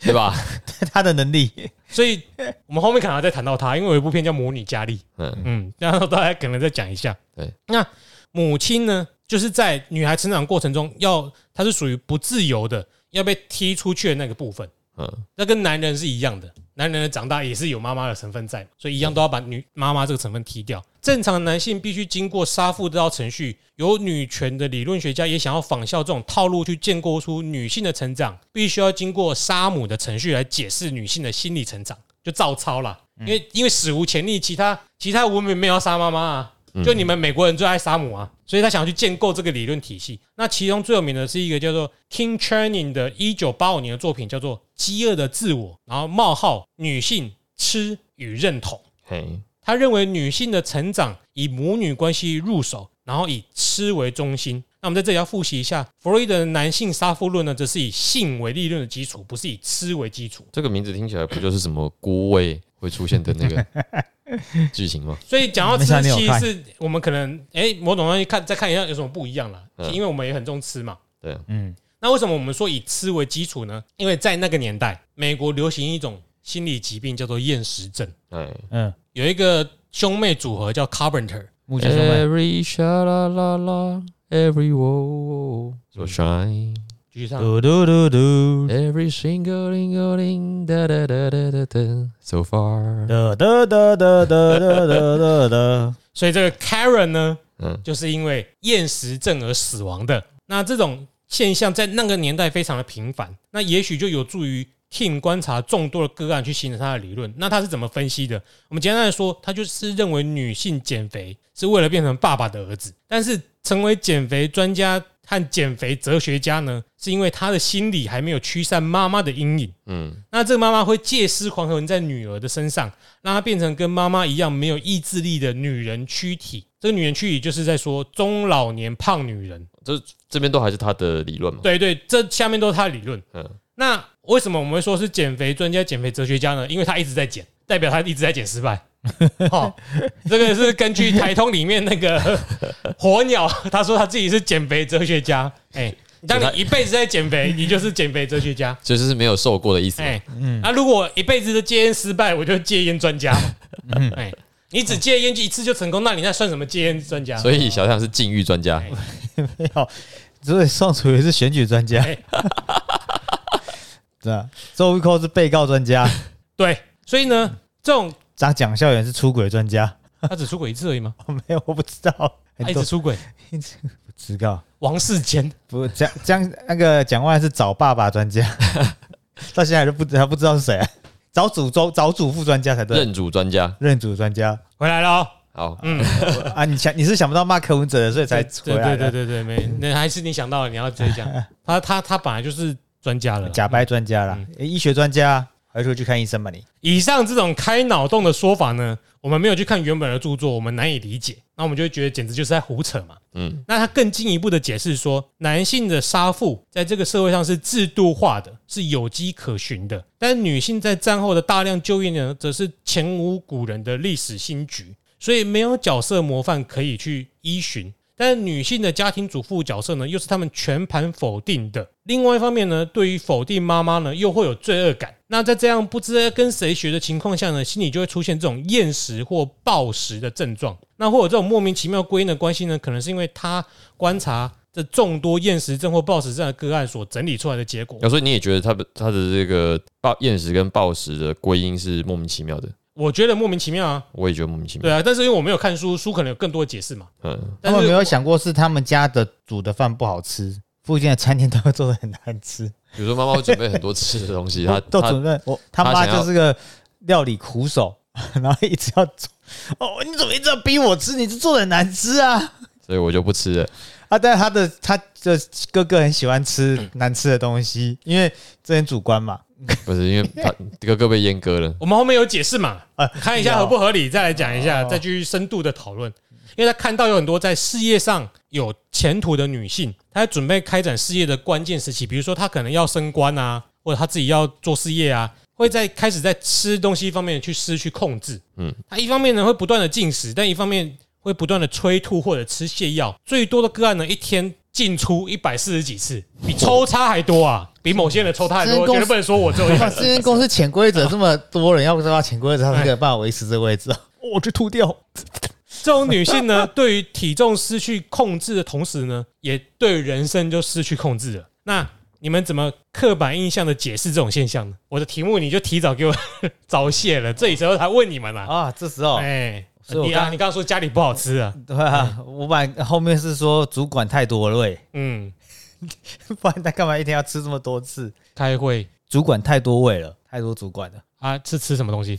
S2: 对吧？
S3: 他的能力。
S1: 所以我们后面可能还在谈到他，因为有一部片叫《魔女佳丽》，
S2: 嗯，
S1: 嗯，然后大家可能再讲一下。
S2: 对，
S1: 那母亲呢，就是在女孩成长过程中要，她是属于不自由的，要被踢出去的那个部分。
S2: 嗯，
S1: 那跟男人是一样的，男人的长大也是有妈妈的成分在，所以一样都要把女妈妈这个成分踢掉。正常男性必须经过杀父这道程序，有女权的理论学家也想要仿效这种套路去建构出女性的成长，必须要经过杀母的程序来解释女性的心理成长，就照抄啦。因为因为史无前例，其他其他文明没有要杀妈妈啊，
S3: 嗯
S1: 就你们美国人最爱杀母啊，所以他想要去建构这个理论体系。那其中最有名的是一个叫做 King Channing 的一九八五年的作品，叫做《饥饿的自我》，然后冒号女性吃与认同。
S2: 嘿，
S1: 他认为女性的成长以母女关系入手，然后以吃为中心。那我们在这里要复习一下，弗洛伊德的男性杀夫论呢，则是以性为立论的基础，不是以吃为基础。
S2: 这个名字听起来不就是什么孤味会出现的那个剧情吗？
S1: 所以讲到
S3: 没
S1: 吃
S3: 事啊，你有
S1: 其实
S3: 看
S1: 是我们可能哎、某种东西看再看一下有什么不一样啦，
S2: 嗯
S1: 因为我们也很重吃嘛。
S2: 对啊，
S3: 嗯，
S1: 那为什么我们说以吃为基础呢？因为在那个年代，美国流行一种心理疾病叫做厌食症，
S2: 哎
S3: 嗯，
S1: 有一个兄妹组合叫 Carpenter，
S3: 木匠兄妹，
S2: ，Every sha la la la every wo so shine
S1: 继续唱。
S3: 嘟呃嘟嘟嘟，
S2: every single single ding da da da da da da so far，
S3: 哒哒哒哒哒哒哒哒哒，
S1: 所以这个 Karen 呢，
S2: 嗯
S1: 就是因为厌食症而死亡的。那这种现象在那个年代非常的频繁，那也许就有助于 King 观察众多的个案去形成他的理论。那他是怎么分析的？我们简单来说，他就是认为女性减肥是为了变成爸爸的儿子，但是成为减肥专家和减肥哲学家呢，是因为他的心理还没有驱散妈妈的阴影。
S2: 嗯，
S1: 那这个妈妈会借尸还魂在女儿的身上，让她变成跟妈妈一样没有意志力的女人躯体。这个女人躯体就是在说中老年胖女人。
S2: 这这边都还是他的理论嘛，
S1: 对对，这下面都是她的理论。
S2: 嗯
S1: 那为什么我们会说是减肥专家、减肥哲学家呢？因为她一直在减，代表她一直在减失败。 哦，这个是根据台通里面那个 火鸟，他说他自己是减肥哲学家。哎、当你一辈子在减肥，你就是减肥哲学家。
S2: 就是没有受过的意思嘛，
S1: 哎、那、如果一辈子都戒烟失败，我就戒烟专家。
S2: 嗯
S1: 哎、你只戒烟一次就成功，那你那算什么戒烟专家？
S2: 所以小象是禁欲专家
S1: 哎，
S3: 没有，所以宋楚瑜是选举专家
S1: 哎，
S3: 对啊，周玉蔻是被告专家，
S1: 对，所以
S2: 嗯
S1: 呢，这种
S3: 张蒋孝严是出轨专家，
S1: 他只出轨一次而已吗？
S3: 没有，我不知道，
S2: 哎
S3: 很
S1: 他一
S3: 多
S1: 直出轨，
S3: 知道，
S1: 王世坚
S3: 不蒋蒋那个蒋万安是找爸爸专家， 到现在还是不知还不知道是谁、啊，找祖宗找祖父专家才对，
S2: 认主专家，
S3: 认祖专家
S1: 回来了、哦。
S2: 好，
S1: 嗯，
S3: 啊，你想你是想不到骂柯文哲的，所以才
S1: 对
S3: 回来啊
S1: 对
S3: 的，
S1: 对对对，没，那还是你想到了，你要直接讲。 他他他本来就是专家了啦。
S3: 假掰专家啦，
S1: 嗯
S3: 诶医学专家、啊，还是去看医生吧你。
S1: 以上这种开脑洞的说法呢，我们没有去看原本的著作，我们难以理解，那我们就会觉得简直就是在胡扯嘛。
S2: 嗯
S1: 那他更进一步的解释说，男性的杀父在这个社会上是制度化的，是有迹可循的；但女性在战后的大量就业呢，则是前无古人的历史新局，所以没有角色模范可以去依循。但女性的家庭主妇角色呢，又是他们全盘否定的。另外一方面呢，对于否定妈妈呢，又会有罪恶感。那在这样不知道跟谁学的情况下呢，心里就会出现这种厌食或暴食的症状。那或者这种莫名其妙归因的关系呢，可能是因为他观察这众多厌食症或暴食症的个案所整理出来的结果。
S2: 啊所以你也觉得他的他的这个暴厌食跟暴食的归因是莫名其妙的，
S1: 我觉得莫名其妙啊，
S2: 我也觉得莫名其妙
S1: 对，啊，但是因为我没有看书，书可能有更多的解释嘛。
S2: 嗯。
S3: 他
S1: 但
S3: 们
S1: 是
S3: 没有想过是他们家的煮的饭不好吃，附近的餐厅都会做的很难吃。
S2: 比如说妈妈会准备很多吃的 东西，她
S3: 都
S2: 她
S3: 准备我他
S2: 他
S3: 妈
S2: 想要
S3: 就是个料理苦手， 然后一直要做。哦，你怎么一直要逼我吃？你这做的很难吃啊！
S2: 所以我就不吃了。
S3: 啊，但是他的他的哥哥很喜欢吃难吃的东西，因为这很主观嘛。
S2: 不是因为她哥哥被阉割了，
S1: 我们后面有解释嘛，
S3: 啊
S1: 看一下合不合理，再来讲一下，
S4: 哦
S1: 再去深度的讨论。因为他看到有很多在事业上有前途的女性，她在准备开展事业的关键时期，比如说她可能要升官啊，或者她自己要做事业啊，会在开始在吃东西方面去失去控制。嗯
S2: 嗯，
S1: 她一方面呢会不断的进食，但一方面会不断的催吐或者吃泻药。最多的个案呢，一天进出一百四十几次，比抽插还多啊，比某些人抽插还
S4: 真
S1: 多。
S4: 公
S1: 绝对不能说我只有一百
S4: 哇，这间公司潜规则这么多人，要不知道潜规则，他
S1: 哎
S4: 是有办法维持这个位 置哦。我去吐掉，
S1: 这种女性呢，对于体重失去控制的同时呢，也对人生就失去控制了。那你们怎么刻板印象的解释这种现象呢？我的题目你就提早给我 早写了，这里时候才问你们啦、
S3: 啊，这时候
S1: 哎、
S3: 所以我
S1: 你啊，
S3: 刚
S1: 你刚刚说家里不好吃啊，
S3: 对啊，我把后面是说主管太多了喂，
S1: 嗯，
S3: 不然他干嘛一天要吃这么多次？
S1: 开会
S3: 主管太多位了，太多主管了，
S1: 啊，是吃什么东西？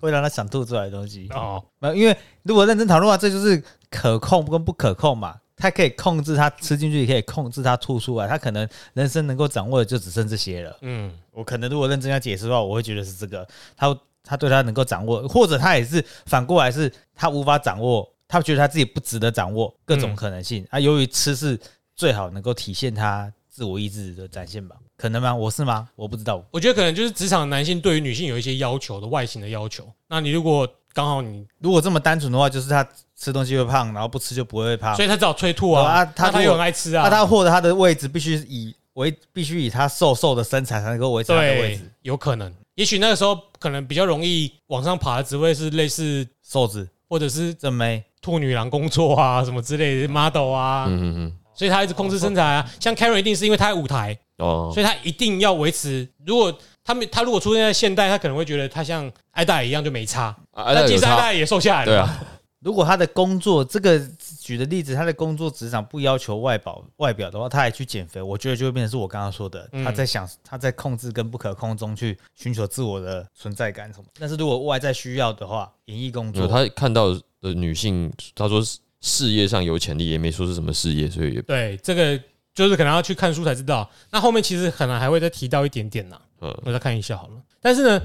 S3: 会让他想吐出来的东西。
S1: 哦，
S3: 没有，因为如果认真讨论的话，这就是可控跟不可控嘛。他可以控制他吃进去，也可以控制他吐出来。他可能人生能够掌握的就只剩这些了。
S1: 嗯，
S3: 我可能如果认真要解释的话，我会觉得是这个。他他对他能够掌握，或者他也是反过来是他无法掌握，他觉得他自己不值得掌握各种
S1: 嗯
S3: 可能性、啊。由于吃是最好能够体现他自我意志的展现吧？可能吗？我是吗？我不知道。
S1: 我觉得可能就是职场男性对于女性有一些要求的外形的要求。那你如果刚好你，
S3: 如果这么单纯的话，就是他吃东西会胖，然后不吃就不会胖。
S1: 所以他只好催吐啊，
S3: 哦啊他
S1: 他他
S3: 如
S1: 又
S3: 果
S1: 很爱吃
S3: 那
S1: 啊，
S3: 他获得他的位置必须以为必须以他瘦瘦的身材才能够维持他的位
S1: 对
S3: 置，，
S1: 有可能，也许那个时候可能比较容易往上爬的职位是类似
S3: 瘦子
S1: 或者是
S3: 正妹
S1: 兔女郎工作啊什么之类的 model 啊，
S2: 嗯嗯嗯，
S1: 所以他一直控制身材啊。像 Karen 一定是因为他在舞台，
S2: 哦
S1: 所，以他一定要维持。如果他们他如果出现在现代，他可能会觉得他像艾黛尔一样就没差，
S2: 啊
S1: 但
S2: 那
S1: 其
S2: 有
S1: 实艾黛
S2: 差，
S1: 尔也瘦下来
S2: 对
S1: 了嘛。
S2: 啊，
S3: 如果他的工作这个举的例子，他的工作职场不要求外表外表的话，他还去减肥，我觉得就会变成是我刚刚说的，
S1: 嗯
S3: 他在想他在控制跟不可控中去寻求自我的存在感什么。但是如果外在需要的话，演艺工
S2: 有
S3: 作，
S2: 他看到的女性，他说是事业上有潜力，也没说是什么事业，所以也
S1: 对，这个就是可能要去看书才知道。那后面其实可能还会再提到一点点啦。
S2: 嗯
S1: 我再看一下好了。但是呢，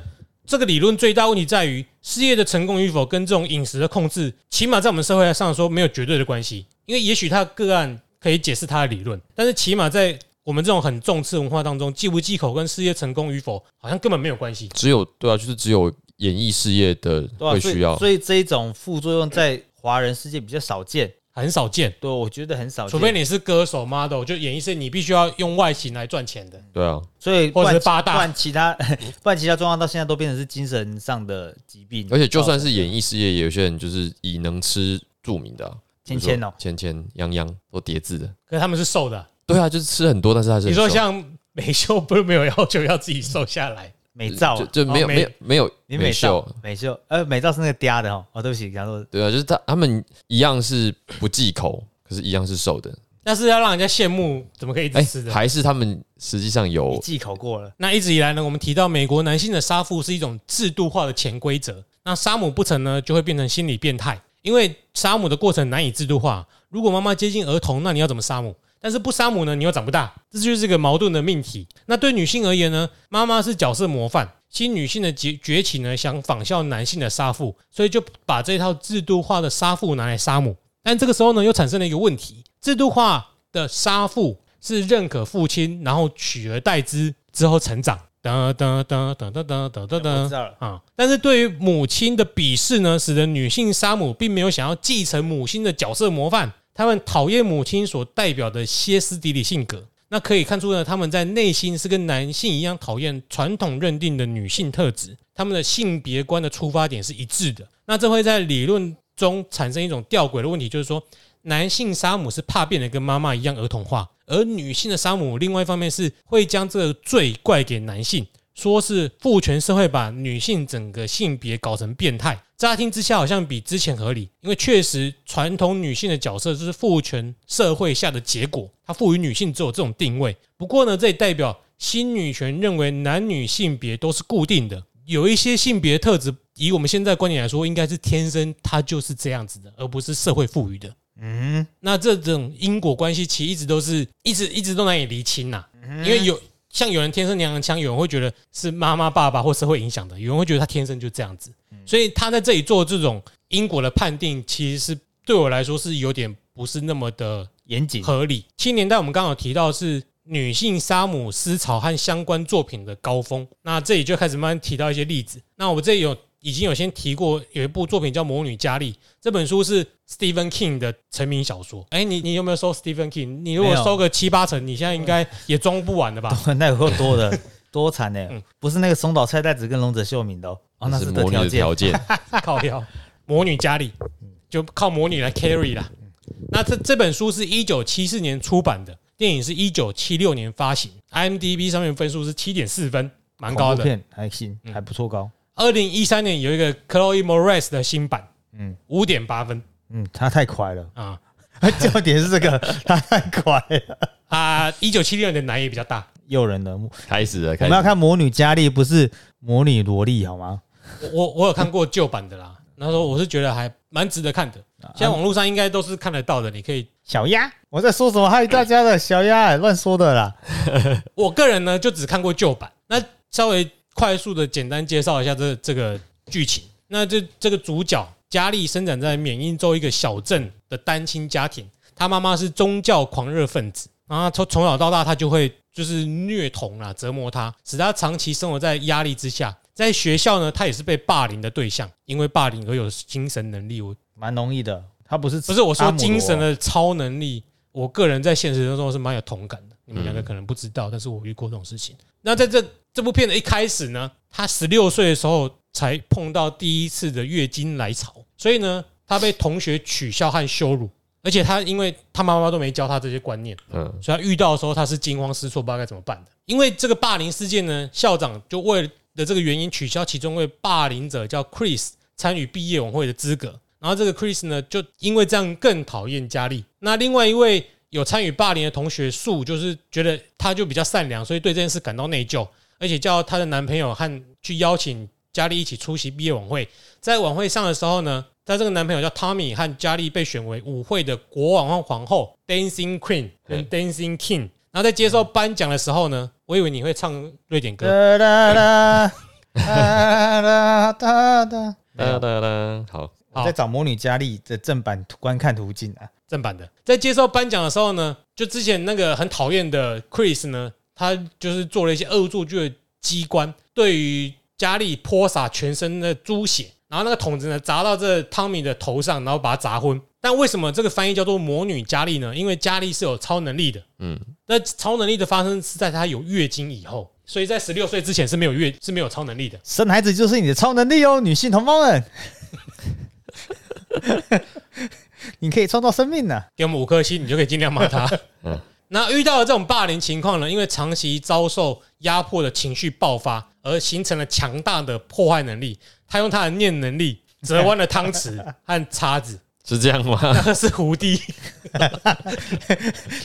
S1: 这个理论最大问题在于事业的成功与否跟这种饮食的控制，起码在我们社会上说没有绝对的关系，因为也许他的个案可以解释他的理论，但是起码在我们这种很重视文化当中，忌不忌口跟事业成功与否好像根本没有关系。
S2: 只有对啊，就是只有演艺事业的
S3: 对、啊，
S2: 会
S3: 所
S2: 需要
S3: 以，所以这一种副作用在华人世界比较少见，
S1: 很少见，
S3: 对，我觉得很少见，
S1: 除非你是歌手 model，就演艺生，你必须要用外形来赚钱的。
S2: 对啊，
S3: 所以
S1: 或者是
S3: 不然其
S1: 八大
S3: 不然其他 不然其他状况到现在都变成是精神上的疾病，哦
S2: 而且就算是演艺事业，也有些人就是以能吃著名的啊，
S3: 芊芊哦，
S2: 芊芊、泱泱都叠字的，
S1: 可是他们是瘦的啊，
S2: 对啊，就是吃很多，但是还是
S1: 你
S2: 很
S1: 说
S2: 瘦
S1: 像美秀不是没有要求要自己瘦下来，
S3: 美照
S2: 就
S3: 啊，
S2: 就没有
S1: 哦
S2: 没有没有
S3: 你
S2: 美
S3: 美
S2: 秀
S3: 照，美秀，呃，美照是那个嗲的哦，哦，对不起，刚刚说
S2: 对啊，就是他他们一样是不忌口，可是一样是瘦 的，
S1: 但是要让人家羡慕，怎么可以一
S2: 哎
S1: 直吃的？，
S2: 还是他们实际上
S3: 你
S2: 有
S3: 忌口过了，
S1: 那一直以来呢，我们提到美国男性的杀父是一种制度化的潜规则，那杀母不成呢，就会变成心理变态，因为杀母的过程难以制度化。如果妈妈接近儿童，那你要怎么杀母？但是不杀母呢，你又长不大，这就是一个矛盾的命题。那对女性而言呢，妈妈是角色模范，新女性的崛崛起呢，想仿效男性的杀父，所以就把这套制度化的杀父拿来杀母。但这个时候呢，又产生了一个问题：制度化的杀父是认可父亲，然后取而代之，之后成长。噔噔噔噔噔噔噔噔
S3: 我知
S1: 噔
S3: 道了，
S1: 啊！但是对于母亲的鄙视呢，使得女性杀母并没有想要继承母亲的角色模范，他们讨厌母亲所代表的歇斯底里性格。那可以看出呢，他们在内心是跟男性一样讨厌传统认定的女性特质，他们的性别观的出发点是一致的。那这会在理论中产生一种吊诡的问题，就是说，男性杀母是怕变得跟妈妈一样儿童化，而女性的杀母，另外一方面是会将这个罪怪给男性，说是父权社会把女性整个性别搞成变态。乍听之下好像比之前合理，因为确实传统女性的角色就是父权社会下的结果，它赋予女性只有这种定位。不过呢，这也代表新女权认为男女性别都是固定的，有一些性别特质，以我们现在观点来说，应该是天生它就是这样子的，而不是社会赋予的。
S3: 嗯，
S1: 那这种因果关系其实一直都是一直一直都难以厘清呐、啊因为有像有人天生娘娘腔，有人会觉得是妈妈、爸爸或社会影响的，有人会觉得他天生就这样子，
S3: 嗯
S1: 所以他在这里做这种因果的判定，其实是对我来说是有点不是那么的
S3: 严谨，
S1: 合理。七年代我们刚好提到是女性杀母思潮和相关作品的高峰，那这里就开始慢慢提到一些例子。那我这里有已经有先提过，有一部作品叫《魔女佳丽》，这本书是 Stephen King 的成名小说。哎、你你有没有收 Stephen King？你如果
S3: 没有
S1: 收个七八成，你现在应该也装不完了吧？
S3: 那有够多的，多惨呢、
S1: 嗯
S3: 不是那个松岛菜菜子跟龙泽秀明的哦，哦那
S2: 是
S3: 是
S2: 魔女
S3: 条
S2: 的条
S3: 件。
S2: 件，
S1: 靠腰，魔女佳丽就靠魔女来 carry 啦。那这这本书是一九七四年出版的，电影是一九七六年发行，IMDB 上面分数是七点四分，蛮高
S3: 恐怖
S1: 的。
S3: 片还行，还不错高。
S1: 二零一三年有一个 Chloe Moretz 的新版，
S3: 嗯
S1: 五点八分
S3: 嗯，他太快了，
S1: 啊
S3: 重点是这个，他太快了，
S1: 啊！一九七六年的难也比较大，
S3: 诱人的。我
S2: 开始了，开
S3: 们
S2: 始
S3: 要。看魔女佳丽，不是魔女萝莉好吗？
S1: 我我我有看过旧版的啦，那时候我是觉得还蛮值得看的。
S3: 啊
S1: 现在网络上应该都是看得到的，你可以
S3: 小鸭，
S4: 我在说什么害大家的小鸭乱说的啦。
S1: 我个人呢就只看过旧版，那稍微快速的简单介绍一下这这个剧情。那这这个主角佳丽生长在缅因州一个小镇的单亲家庭，她妈妈是宗教狂热分子，然后她从从小到大她就会就是虐童啊，折磨她，使她长期生活在压力之下。在学校呢，她也是被霸凌的对象，因为霸凌而有精神能力。我
S3: 蛮容易的。他不是
S1: 不是我说
S3: 阿姆罗啊
S1: 精神的超能力，我个人在现实当中是蛮有同感的。你们两个可能不知道，但是我遇过这种事情。那在这这部片的一开始呢，他十六岁的时候才碰到第一次的月经来潮，所以呢，他被同学取笑和羞辱，而且他因为他妈妈都没教他这些观念，
S2: 嗯，
S1: 所以他遇到的时候他是惊慌失措，不知道该怎么办的。因为这个霸凌事件呢，校长就为了这个原因取消其中一位霸凌者叫 Chris 参与毕业晚会的资格。然后这个 Chris 呢，就因为这样更讨厌佳丽。那另外一位有参与霸凌的同学树，就是觉得他就比较善良，所以对这件事感到内疚，而且叫她的男朋友和去邀请佳丽一起出席毕业晚会。在晚会上的时候呢，她这个男朋友叫 Tommy 和佳丽被选为舞会的国王和皇后 Dancing Queen 跟 Dancing King。然后在接受颁奖的时候呢，我以为你会唱瑞典歌，
S3: 哒哒哒哒哒哒哒。
S2: 哒哒哒，好，
S1: 好
S3: 我在找魔女佳丽的正版图观看途径啊，
S1: 正版的。在接受颁奖的时候呢，就之前那个很讨厌的 Chris 呢，他就是做了一些恶作剧的机关，对于佳丽泼洒全身的猪血，然后那个桶子呢砸到这汤米的头上，然后把他砸昏。但为什么这个翻译叫做魔女佳丽呢？因为佳丽是有超能力的，
S2: 嗯，
S1: 那超能力的发生是在她有月经以后，所以在十六岁之前是没有月是没有超能力的。
S3: 生孩子就是你的超能力哦，女性同胞们， 你可以创造生命啊呢、
S1: 给我们五颗星，你就可以尽量骂他
S2: 嗯。
S1: 那遇到了这种霸凌情况呢，因为长期遭受压迫的情绪爆发，而形成了强大的破坏能力。他用他的念能力折弯了汤匙和叉子，
S2: 是这样吗？
S1: 那个是胡迪。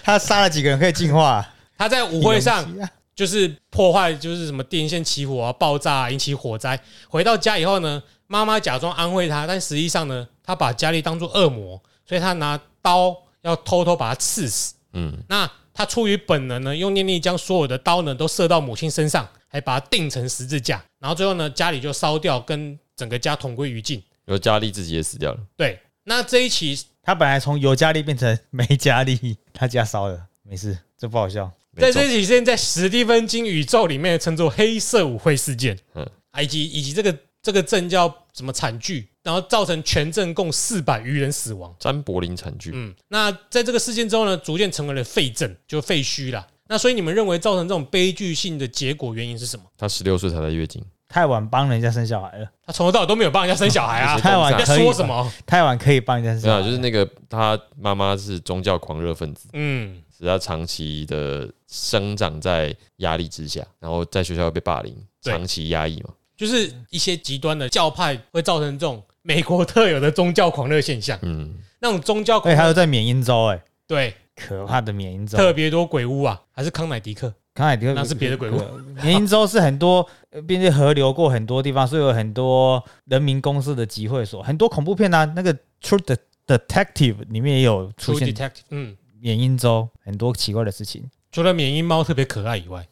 S3: 他杀了几个人可以进化、啊，
S1: 他在舞会上
S3: 有奇啊
S1: 就是破坏，就是什么电线起火啊、爆炸、啊、引起火灾。回到家以后呢，妈妈假装安慰他，但实际上呢，他把佳丽当作恶魔，所以他拿刀要偷偷把他刺死。
S2: 嗯，
S1: 那他出于本能呢，用念力将所有的刀呢都射到母亲身上，还把它钉成十字架，然后最后呢，家里就烧掉，跟整个家同归于尽。
S2: 然后佳丽自己也死掉了，
S1: 对，那这一期
S3: 他本来从尤加利变成梅加利，他家烧了，没事，这不好笑。
S1: 在
S2: 没错
S1: 这，一起事件在史蒂芬金宇宙里面称作黑色舞会事件，
S2: 嗯
S1: 嗯，以及以及这个这个镇叫什么惨剧，然后造成全镇共四百余人死亡。
S2: 詹柏林惨剧，
S1: 嗯，那在这个事件之后呢，逐渐成为了废镇，就废墟啦。那所以你们认为造成这种悲剧性的结果原因是什么？
S2: 她十六岁才来月经，
S3: 太晚帮人家生小孩了，
S1: 他从头到尾都没有帮人家生小孩啊，
S2: 太晚
S1: 你在说什么？
S3: 太晚可以帮人家生
S2: 没
S3: 小
S2: 有
S3: 孩
S2: 啊，
S3: 了，
S2: 就是那个她妈妈是宗教狂热分子，
S1: 嗯，
S2: 使她长期的生长在压力之下，然后在学校被霸凌，
S1: 对
S2: 长期压抑嘛，
S1: 就是一些极端的教派会造成这种美国特有的宗教狂热现象。
S2: 嗯，
S1: 那种宗教狂
S3: 哎，还
S1: 热，
S3: 有在缅因州、哎，
S1: 对，
S3: 可怕的缅因州，
S1: 特别多鬼屋啊，还是康乃迪克？
S3: 康乃迪克
S1: 那是别的鬼屋。
S3: 缅因州是很多，呃毕竟河流过很多地方，所以有很多人民公司的集会所，很多恐怖片啊，那个《True Det- Detective》里面也有出
S1: True
S3: 现
S1: Detective，嗯，
S3: 缅因州很多奇怪的事情，
S1: 除了缅因猫特别可爱以外，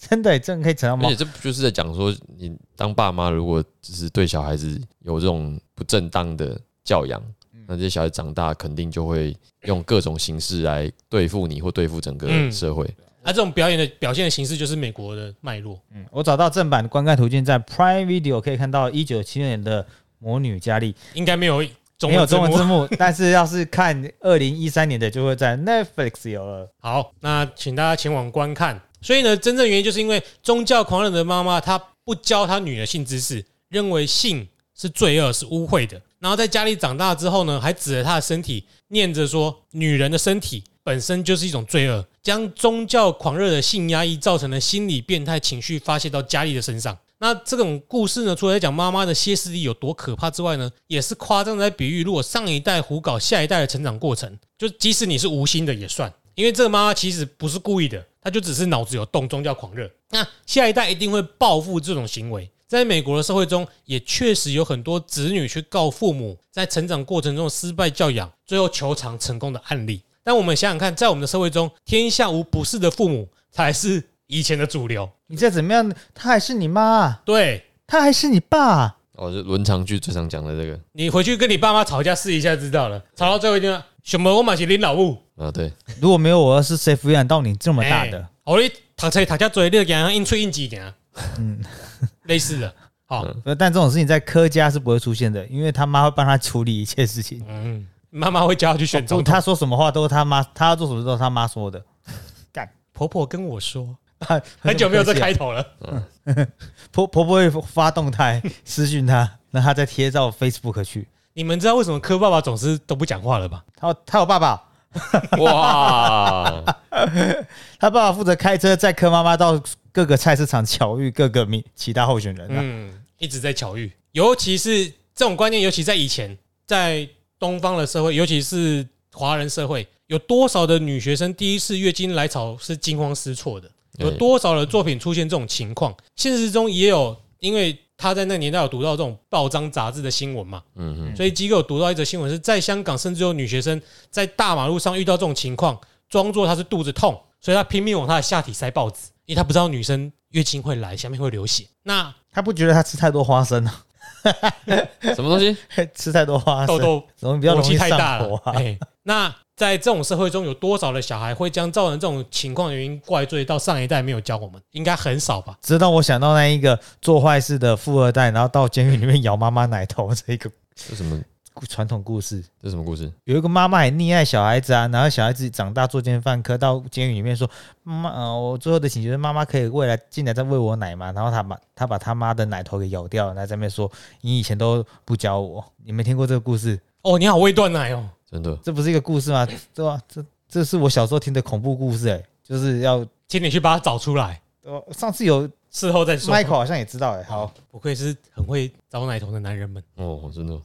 S3: 真的真的可以扯到
S2: 而
S3: 猫
S2: 且。这不就是在讲说，你当爸妈如果就是对小孩子有这种不正当的教养，
S1: 嗯
S2: 那这些小孩长大肯定就会用各种形式来对付你或对付整个
S1: 嗯
S2: 社会。
S1: 啊，这种表演的表现的形式就是美国的脉络。
S3: 嗯我找到正版观看途径，在 Prime Video 可以看到一九七六年的《魔女佳丽》，
S1: 应该没有中
S3: 没有
S1: 文字
S3: 中文
S1: 幕
S3: 字。幕， 但是要是看二零一三年的，就会在 Netflix 有了。
S1: 好，那请大家前往观看。所以呢，真正原因就是因为宗教狂热的妈妈，她不教她女儿性知识，认为性是罪恶、是污秽的。然后在家里长大之后呢，还指着她的身体念着说，女人的身体本身就是一种罪恶。将宗教狂热的性压抑造成的心理变态情绪发泄到佳丽的身上。那这种故事呢，除了在讲妈妈的歇斯底里有多可怕之外呢，也是夸张的在比喻，如果上一代胡搞下一代的成长过程，就即使你是无心的也算，因为这个妈妈其实不是故意的，她就只是脑子有动，宗教狂热。那下一代一定会报复这种行为。在美国的社会中，也确实有很多子女去告父母在成长过程中的失败教养，最后求偿成功的案例。但我们想想看，在我们的社会中，天下无不是的父母才是以前的主流。
S3: 你再怎么样，她还是你妈啊，
S1: 对
S3: 她还是你爸啊。
S2: 哦，就伦常剧最常讲的这个
S1: 你回去跟你爸妈吵架试一下，知道了。吵到最后一定，什么我买是领老母，
S2: 啊， 对，
S3: 如果没有我，是谁抚养到你这么大的？
S1: 欸我你读册读遮多，你就给人硬吹硬挤点。嗯
S3: 嗯，
S1: 类似的。好，
S3: 呃但这种事情在科家是不会出现的，因为他妈会帮他处理一切事情。
S1: 嗯，妈妈会教他去选总统。
S3: 哦他说什么话都是他妈，他要做什么都是他妈说的。
S1: 婆婆跟我说，
S3: 啊
S1: 很久没有这开头了。
S3: 婆婆婆会发动态私讯他，让他再贴到 Facebook 去。
S1: 你们知道为什么柯爸爸总是都不讲话了吧？
S3: 他他有爸爸，
S2: 哇，
S3: 他爸爸负责开车载柯妈妈到各个菜市场巧遇各个名其他候选人、啊。
S1: 嗯，一直在巧遇，尤其是这种观念，尤其在以前，在东方的社会，尤其是华人社会，有多少的女学生第一次月经来潮是惊慌失措的？有
S2: 对
S1: 多少的作品出现这种情况？现实中也有，因为他在那个年代有读到这种报章杂志的新闻嘛，
S2: 嗯
S1: 所以机构有读到一则新闻是在香港，甚至有女学生在大马路上遇到这种情况，装作她是肚子痛，所以她拼命往她的下体塞报纸，因为她不知道女生月经会来，下面会流血。那
S3: 他不觉得他吃太多花生啊，
S2: 哼，什么东西？
S3: 吃太多花
S1: 痘
S3: 生，
S1: 痘
S3: 怎么比较
S1: 火
S3: 容
S1: 气
S3: 易
S1: 太大
S3: 上
S1: 了
S3: 火、啊。
S1: 哎那在这种社会中，有多少的小孩会将造成这种情况的原因怪罪到上一代没有教我们？应该很少吧？
S3: 直到我想到那一个做坏事的富二代，然后到监狱里面咬妈妈奶头这一个
S2: 这什么？
S3: 故传统故事。
S2: 这什么故事？
S3: 有一个妈妈很溺爱小孩子啊，然后小孩子长大做奸犯科，到监狱里面说：“妈妈，呃，我最后的请求是妈妈可以未来进来再喂我奶吗？”然后他把他把他妈的奶头给咬掉了，然后在那边说：“你以前都不教我，你没听过这个故事？
S1: 哦，你好会断奶哦！
S2: 真的，
S3: 这不是一个故事吗？对吧、这这是我小时候听的恐怖故事、欸，就是要……
S1: 请你去把它找出来，
S3: 呃，上次有
S1: 事后再说。
S3: Michael 好像也知道、欸，哎，好，
S1: 不愧是很会找奶头的男人们。
S2: 哦，真的，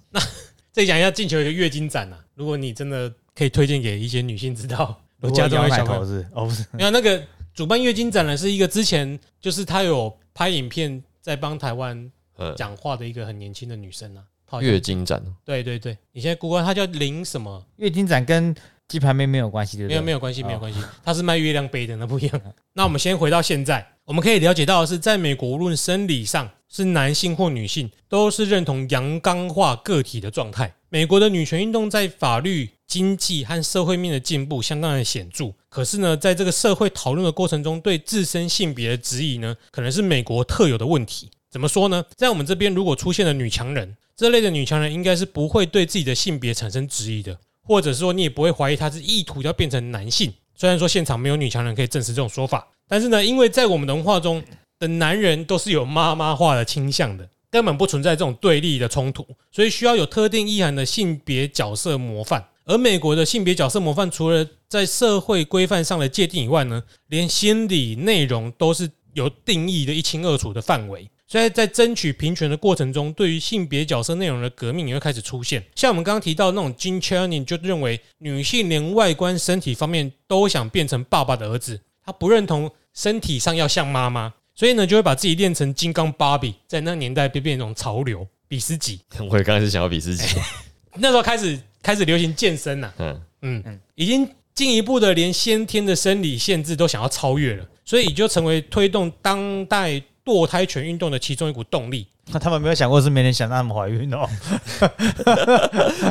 S1: 再讲一下，进球有一个月经展啊，如果你真的可以推荐给一些女性知 道，我家中
S3: 咬
S1: 的
S3: 奶
S1: 小朋友
S3: 头是？哦，不是，
S1: 没有那个主办月经展呢，是一个之前就是他有拍影片在帮台湾
S2: 呃，
S1: 讲话的一个很年轻的女生啊。好像
S2: 月经展
S1: 对对对，你现在 Google 它叫林什么？
S3: 月经展跟鸡排妹没有关系，对不
S1: 没
S3: 对？
S1: 有没有关系，
S3: 哦
S1: 没有关系，它是卖月亮杯的，那不一 样。那我们先回到现在，我们可以了解到的是，在美国无论生理上是男性或女性，都是认同阳刚化个体的状态。美国的女权运动在法律、经济和社会面的进步相当的显著，可是呢，在这个社会讨论的过程中，对自身性别的质疑呢，可能是美国特有的问题。怎么说呢？在我们这边，如果出现了女强人这类的女强人，应该是不会对自己的性别产生质疑的。或者说你也不会怀疑他是意图要变成男性。虽然说现场没有女强人可以证实这种说法，但是呢，因为在我们的文化中的男人都是有妈妈化的倾向的，根本不存在这种对立的冲突，所以需要有特定意涵的性别角色模范。而美国的性别角色模范，除了在社会规范上的界定以外呢，连心理内容都是有定义的一清二楚的范围。所以在争取平权的过程中，对于性别角色内容的革命也会开始出现。像我们刚刚提到那种 Jim Chernin 就认为，女性连外观、身体方面都想变成爸爸的儿子，她不认同身体上要像妈妈，所以呢就会把自己练成金刚芭比，在那年代被变成一种潮流，比斯吉。
S2: 哦，我也刚开始想要比自己，
S1: 那时候开始开始流行健身呐、
S2: 嗯，
S1: 嗯，已经进一步的连先天的生理限制都想要超越了，所以就成为推动当代堕胎权运动的其中一股动力。
S3: 他们没有想过是没人想让他们怀孕哦。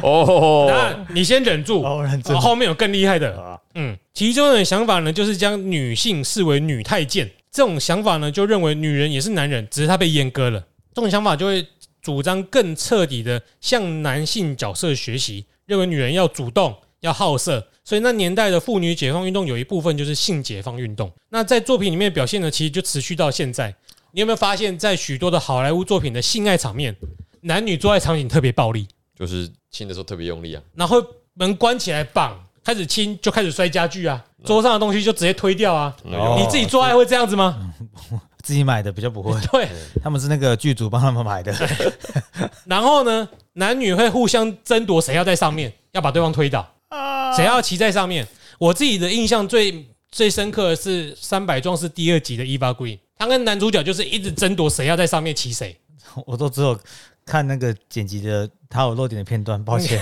S2: 哦，
S1: 那你先忍住，
S3: 哦，认真
S1: 哦、后面有更厉害的。
S3: 啊，
S1: 嗯，其中的想法呢，就是将女性视为女太监，这种想法呢，就认为女人也是男人，只是她被阉割了。这种想法就会主张更彻底的向男性角色学习，认为女人要主动，要好色。所以那年代的妇女解放运动有一部分就是性解放运动。那在作品里面的表现呢，其实就持续到现在。你有没有发现，在许多的好莱坞作品的性爱场面，男女做爱场景特别暴力？
S2: 就是亲的时候特别用力啊，
S1: 然后门关起来，绑开始亲，就开始摔家具啊，桌上的东西就直接推掉啊。
S3: 嗯哦
S1: 你自己做爱会这样子吗？
S3: 自己买的比较不会，
S1: 对。
S3: 他们是那个剧组帮他们买的。
S1: 然后呢，男女会互相争夺谁要在上面，要把对方推倒，谁要骑在上面。我自己的印象最最深刻的是《三百壮士》第二集的 E 伊巴 Green，他跟男主角就是一直争夺谁要在上面骑谁。
S3: 我都只有看那个剪辑的他有漏点的片段，抱歉。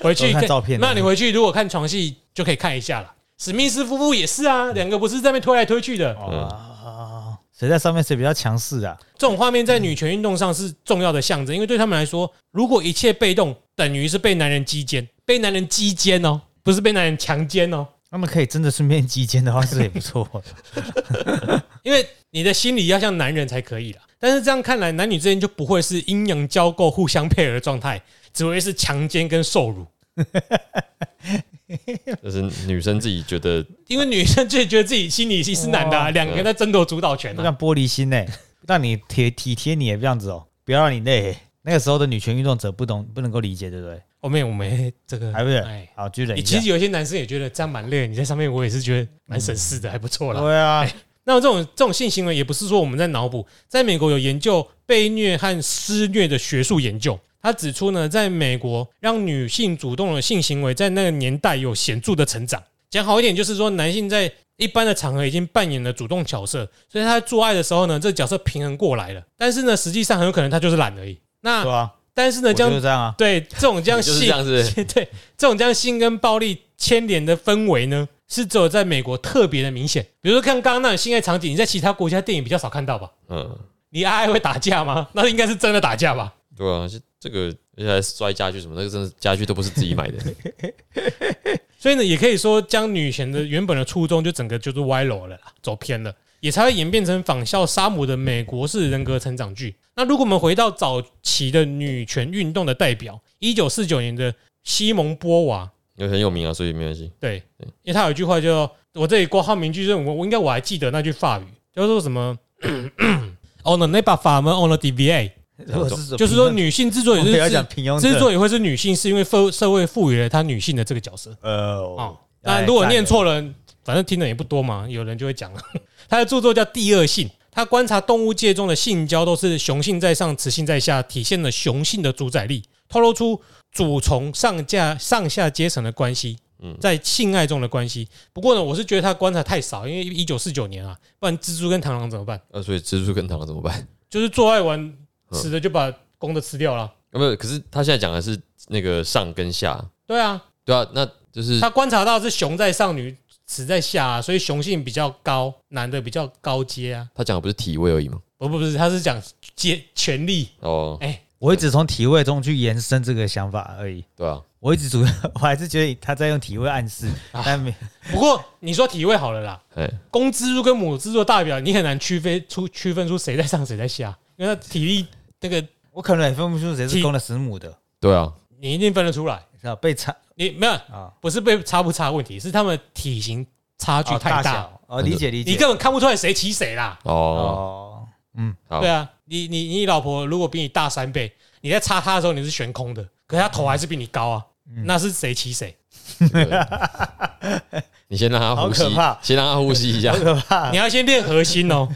S1: 回去
S3: 都看
S1: 可以
S3: 照片啊了
S1: 那你回去如果看床戏就可以看一下了。史密斯夫妇也是啊，两个不是在那边推来推去的，
S3: 啊，谁在上面谁比较强势啊？
S1: 这种画面在女权运动上是重要的象征，因为对他们来说，如果一切被动，等于是被男人击奸，被男人击奸哦，不是被男人强奸哦，
S3: 他们可以真的顺便击奸的话，是不是也不 错？
S1: 啊因为你的心理要像男人才可以啦。但是这样看来，男女之间就不会是阴阳交媾、互相配合的状态，只会是强奸跟受辱。
S2: 就是女生自己觉得
S1: 因为女生就觉得自己心里是男的、啊，两个人在争夺主导权、
S3: 不
S1: 啊。
S3: 像玻璃心呢、让你体体贴你也这样子哦，不要让你累、那个时候的女权运动者不懂不能够理解，对不对？
S1: 我哦们我们这个
S3: 还不是
S1: 哎，
S3: 好，就忍一
S1: 其
S3: 下
S1: 实。有些男生也觉得这样蛮累的，你在上面我也是觉得蛮省事的，还不错啦。哎
S3: 对啊，
S1: 那这种这种性行为也不是说我们在脑补，在美国有研究被虐和施虐的学术研究，他指出呢，在美国让女性主动的性行为在那个年代有显著的成长。讲好一点，就是说男性在一般的场合已经扮演了主动角色，所以他在做爱的时候呢，这角色平衡过来了。但是呢，实际上很有可能他就是懒而已。那
S3: 对啊，
S1: 但是
S3: 我
S1: 呢，
S3: 就
S1: 将
S3: 是这 样啊。
S1: 对这种将
S2: 你就是这
S1: 性
S2: 样子，
S1: 对这种将性跟暴力牵连的氛围呢，是只有在美国特别的明显。比如说，看刚刚那种性爱场景，你在其他国家电影比较少看到吧？
S2: 嗯，
S1: 你爱爱会打架吗？ 那应该是真的打架吧？
S2: 对啊，是这个而且还摔家具什么，那个真的家具都不是自己买 的，
S1: 所以呢，也可以说将女权的原本的初衷就整个就是歪楼了啦，走偏了，也才会演变成仿效沙姆的美国式人格成长剧。那如果我们回到早期的女权运动的代表，一九四九年的西蒙波娃，
S2: 因为很有名啊，所以没关系。
S1: 对
S2: 对，
S1: 因为他有一句话叫“我这里挂号名句，就是我我应该我还记得那句法语，叫做什 么？On the n e b a f a r m on the DVA，
S3: 如果是
S1: 就是说，女性之所以
S3: 我
S1: 是
S3: 们不要
S1: 之
S3: 讲平庸
S1: 之
S3: 者，
S1: 所以会是女性，是因为社社会赋予了她女性的这个角色。
S3: 呃，
S1: 哦
S3: 哦，，
S1: 那
S3: 哎
S1: 如果
S3: 赞
S1: 念
S3: 了
S1: 错了，反正听的也不多嘛，有人就会讲了。 他的著作叫《第二性》，他观察动物界中的性交都是雄性在上，雌性在下，体现了雄性的主宰力，透露出主从上下上下阶层的关系
S2: 嗯。
S1: 在性爱中的关系，不过呢，我是觉得他观察太少，因为一九四九年啊，不然蜘蛛跟螳螂怎么办？
S2: 那啊所以蜘蛛跟螳螂怎么办？
S1: 就是做爱完
S2: 嗯
S1: 死的就把公的吃掉了。
S2: 啊，没有，可是他现在讲的是那个上跟下，
S1: 对啊，
S2: 对啊，那就是
S1: 他观察到是雄在上，女雌在下、啊，所以雄性比较高，男的比较高阶啊。
S2: 他讲的不是体位而已吗？
S1: 不不不是，他是讲接权力。
S2: 哦，
S1: 哎、
S3: 我一直从体位中去延伸这个想法而已。
S2: 对啊，
S3: 我一直主要我还是觉得他在用体位暗示，
S1: 啊
S3: 但没
S1: 不过你说体位好了啦，
S2: 哎，
S1: 公蜘蛛跟母蜘蛛的代表，你很难区分出区分出谁在上谁在下，因为它体力那个
S3: 我可能也分不出谁是
S1: 体
S3: 公的谁是母的，
S2: 对啊，
S1: 你一定分得出来。
S3: 是吧？被差
S1: 你没有
S3: 啊，
S1: 不是被差不差的问题，是他们体型差距
S3: 哦
S1: 太啊大，
S3: 小哦，理解理解。
S1: 你根本看不出来谁骑谁啦。
S2: 哦，
S3: 哦，嗯，
S2: 好
S1: 对啊，你你你老婆如果比你大三倍，你在插她的时候你是悬空的，可是她头还是比你高啊，那是谁骑谁？
S2: 这个 你先让他呼吸
S3: 好可怕，
S2: 先让他呼吸一下
S3: 好，可怕
S1: 你，要先练核心哦。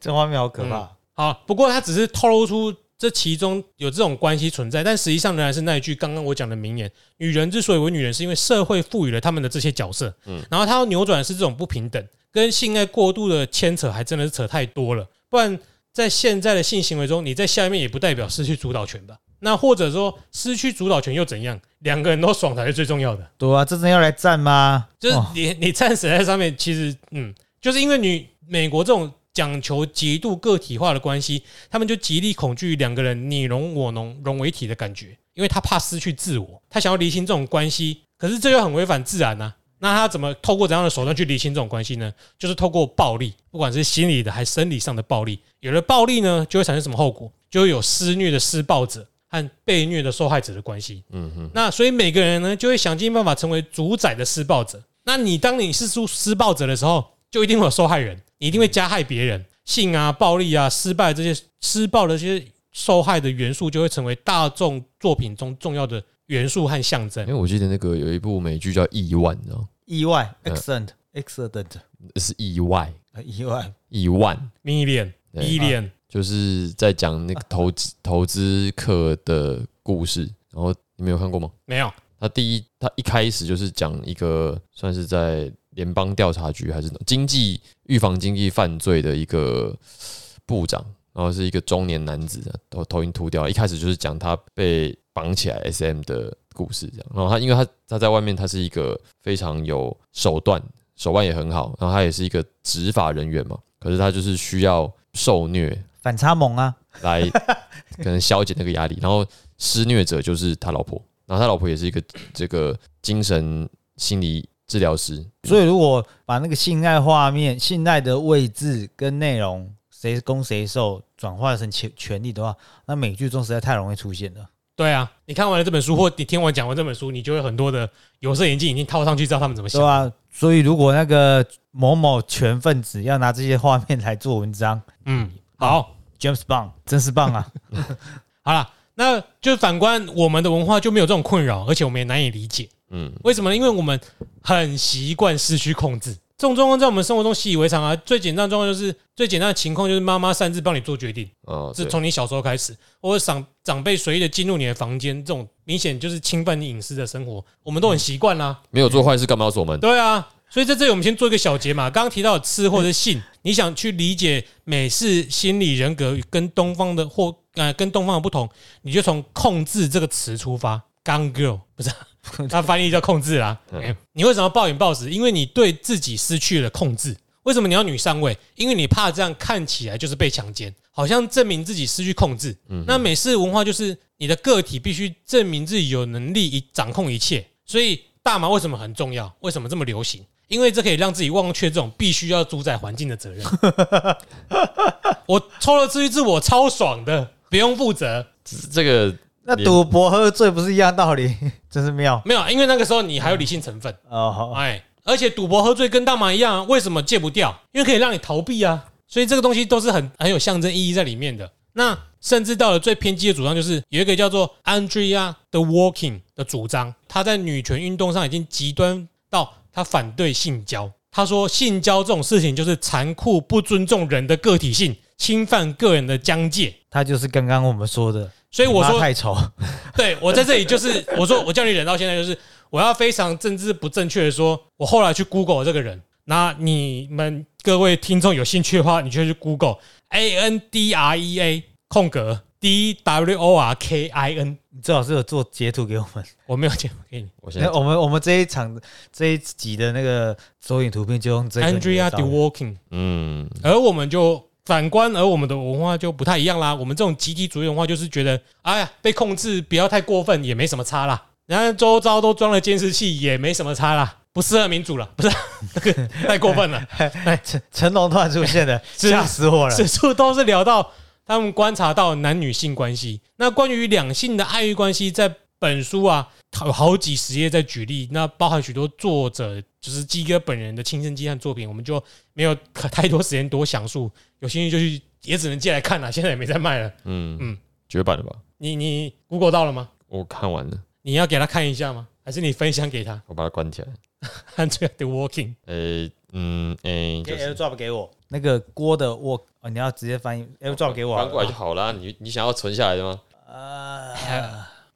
S3: 这画面好可怕。
S1: 好，不过他只是透露出这其中有这种关系存在，但实际上仍然是那一句刚刚我讲的名言：女人之所以为女人，是因为社会赋予了她们的这些角色。嗯，然后她要扭转的是这种不平等，跟性爱过度的牵扯，还真的是扯太多了。不然在现在的性行为中，你在下面也不代表失去主导权吧？那或者说失去主导权又怎样？两个人都爽才是最重要的。
S3: 对啊，这真要来战吗？
S1: 就是
S3: 哦
S1: 你你站死在上面，其实嗯，就是因为女美国这种讲求极度个体化的关系，他们就极力恐惧两个人你侬我侬融为一体的感觉，因为他怕失去自我，他想要厘清这种关系，可是这又很违反自然呐、啊那他怎么透过怎样的手段去厘清这种关系呢？就是透过暴力，不管是心理的还是生理上的暴力。有了暴力呢，就会产生什么后果？就会有施虐的施暴者和被虐的受害者的关系。
S2: 嗯哼，
S1: 那所以每个人呢，就会想尽办法成为主宰的施暴者。那你当你是施施暴者的时候，就一定会有受害人，你一定会加害别人，性啊、暴力啊、失败这些施暴的这些受害的元素，就会成为大众作品中重要的元素和象征
S2: 因。为我记得那个有一部美剧叫《意外》，你知道吗
S4: 意外
S1: 呃
S2: 嗯
S4: ，accident accident
S2: 是意外，
S4: 呃意外，
S2: 意外
S1: 迷恋、
S2: 对
S1: 依恋，
S2: 就是在讲那个投资投资客的故事。然后你们有看过吗？
S1: 没有
S2: 他第一，他一开始就是讲一个算是在联邦调查局还是经济预防经济犯罪的一个部长，然后是一个中年男子，头头已经秃掉了。一开始就是讲他被绑起来 SM 的故事，这样。然后他因为他他在外面他是一个非常有手段，手腕也很好，然后他也是一个执法人员嘛，可是他就是需要受虐，
S3: 反差萌啊，
S2: 来可能消解那个压力。然后施虐者就是他老婆，然后他老婆也是一个这个精神心理治疗师，
S3: 所以如果把那个性爱画面、性爱的位置跟内容谁攻谁受转化成权权利的话，那美剧中实在太容易出现了。
S1: 对啊，你看完了这本书，或你听我讲完这本书，你就会很多的有色眼镜已经套上去，知道他们怎么
S3: 对啊
S1: 想。
S3: 吧、所以如果那个某某权分子要拿这些画面来做文章
S1: 嗯，好，
S3: ，James Bond 真是 棒啊！
S1: 好了，那就反观我们的文化就没有这种困扰，而且我们也难以理解
S2: 嗯，
S1: 为什么呢？因为我们很习惯失去控制。这种状况在我们生活中习以为常啊。最简单的状况就是最简单的情况就是妈妈擅自帮你做决定，
S2: 哦，
S1: 是
S2: 对
S1: 从你小时候开始，或者长长辈随意的进入你的房间，这种明显就是侵犯你隐私的生活，我们都很习惯啦。啊
S2: 没有做坏事干嘛要锁门？
S1: 对啊，所以在这里我们先做一个小结嘛。刚刚提到的吃或者性，你想去理解美式心理人格跟东方的或呃跟东方的不同，你就从“控制”这个词出发。刚 girl 不是啊、它翻译叫控制啦。
S2: 嗯
S1: 哎你为什么暴饮暴食？因为你对自己失去了控制。为什么你要女上位？因为你怕这样看起来就是被强奸，好像证明自己失去控制。那美式文化就是你的个体必须证明自己有能力以掌控一切，所以大麻为什么很重要？为什么这么流行？因为这可以让自己忘却这种必须要主宰环境的责任。 我抽了这一支，我超爽的，不用负责。
S2: 这这个
S3: 那赌博喝醉不是一样道理？ 真是妙
S1: 没有，因为那个时候你还有理性成分，
S3: 哦！好
S1: 哎，而且赌博喝醉跟大麻一样、啊，为什么戒不掉？因为可以让你逃避啊，所以这个东西都是很很有象征意义在里面的。那甚至到了最偏激的主张，就是有一个叫做 Andrea the Walking 的主张，他在女权运动上已经极端到他反对性交。他说，性交这种事情就是残酷、不尊重人的个体性，侵犯个人的疆界。
S3: 他就是刚刚我们说的，
S1: 所以我
S3: 你妈
S1: 说，
S3: 太丑，
S1: 对我在这里就是我说我叫你忍到现在，就是我要非常政治不正确的说，我后来去 Google 这个人，那你们各位听众有兴趣的话，你就去 Google A N D R E A 空格 D W O R K I N，
S3: 你最好是有做截图给我们。
S1: 我没有讲给你
S2: 我现在
S3: 那我们我们这一场这一集的那个首影图片就用这个捏
S1: Andrea
S3: 造
S1: De Walking，
S2: 嗯，
S1: 而我们就。反观，而我们的文化就不太一样啦。我们这种集体主义文化，就是觉得，哎呀，被控制不要太过分，也没什么差啦。然后周遭都装了监视器，也没什么差啦，不适合民主了，不是 太过分了。
S3: 哎成成龙突然出现了，
S1: 是
S3: 吓死我了！
S1: 此处都是聊到他们观察到男女性关系。那关于两性的爱欲关系，在本书啊有好几十页在举例，那包含许多作者就是鸡哥本人的亲身经验和作品，我们就没有可太多时间多详述。有兴趣就去，也只能借来看啦、现在也没在卖了。
S2: 嗯
S1: 嗯
S2: 嗯，绝版了吧？
S1: 你你 Google 到了吗？
S2: 我看完了，
S1: 你要给他看一下吗？还是你分享给他？
S2: 我把它关起来。
S1: 看这个 The Walking，
S2: 诶、嗯，诶、
S3: 给
S2: 就是
S3: AirDrop 给我那个锅的我哦，你要直接翻译 AirDrop 给
S1: 啊
S3: 我好啊
S2: 翻
S3: 了。
S2: 过来就好啦。你你想要存下来的吗？
S3: 呃，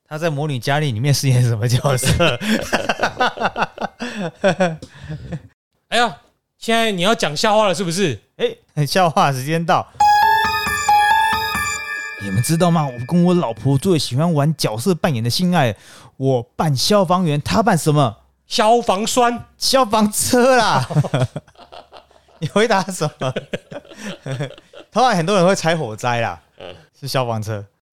S3: 他在《魔女佳丽》里面饰演什么角 色？
S1: 哎呀，现在你要讲笑话了是不是？
S3: 哎、笑话时间到。你们知道吗？我跟我老婆最喜欢玩角色扮演的性爱，我扮消防员，她扮什么？
S1: 消防栓。
S3: 消防车啦。你回答什么？ 通常很多人会猜火灾啦，是消防车。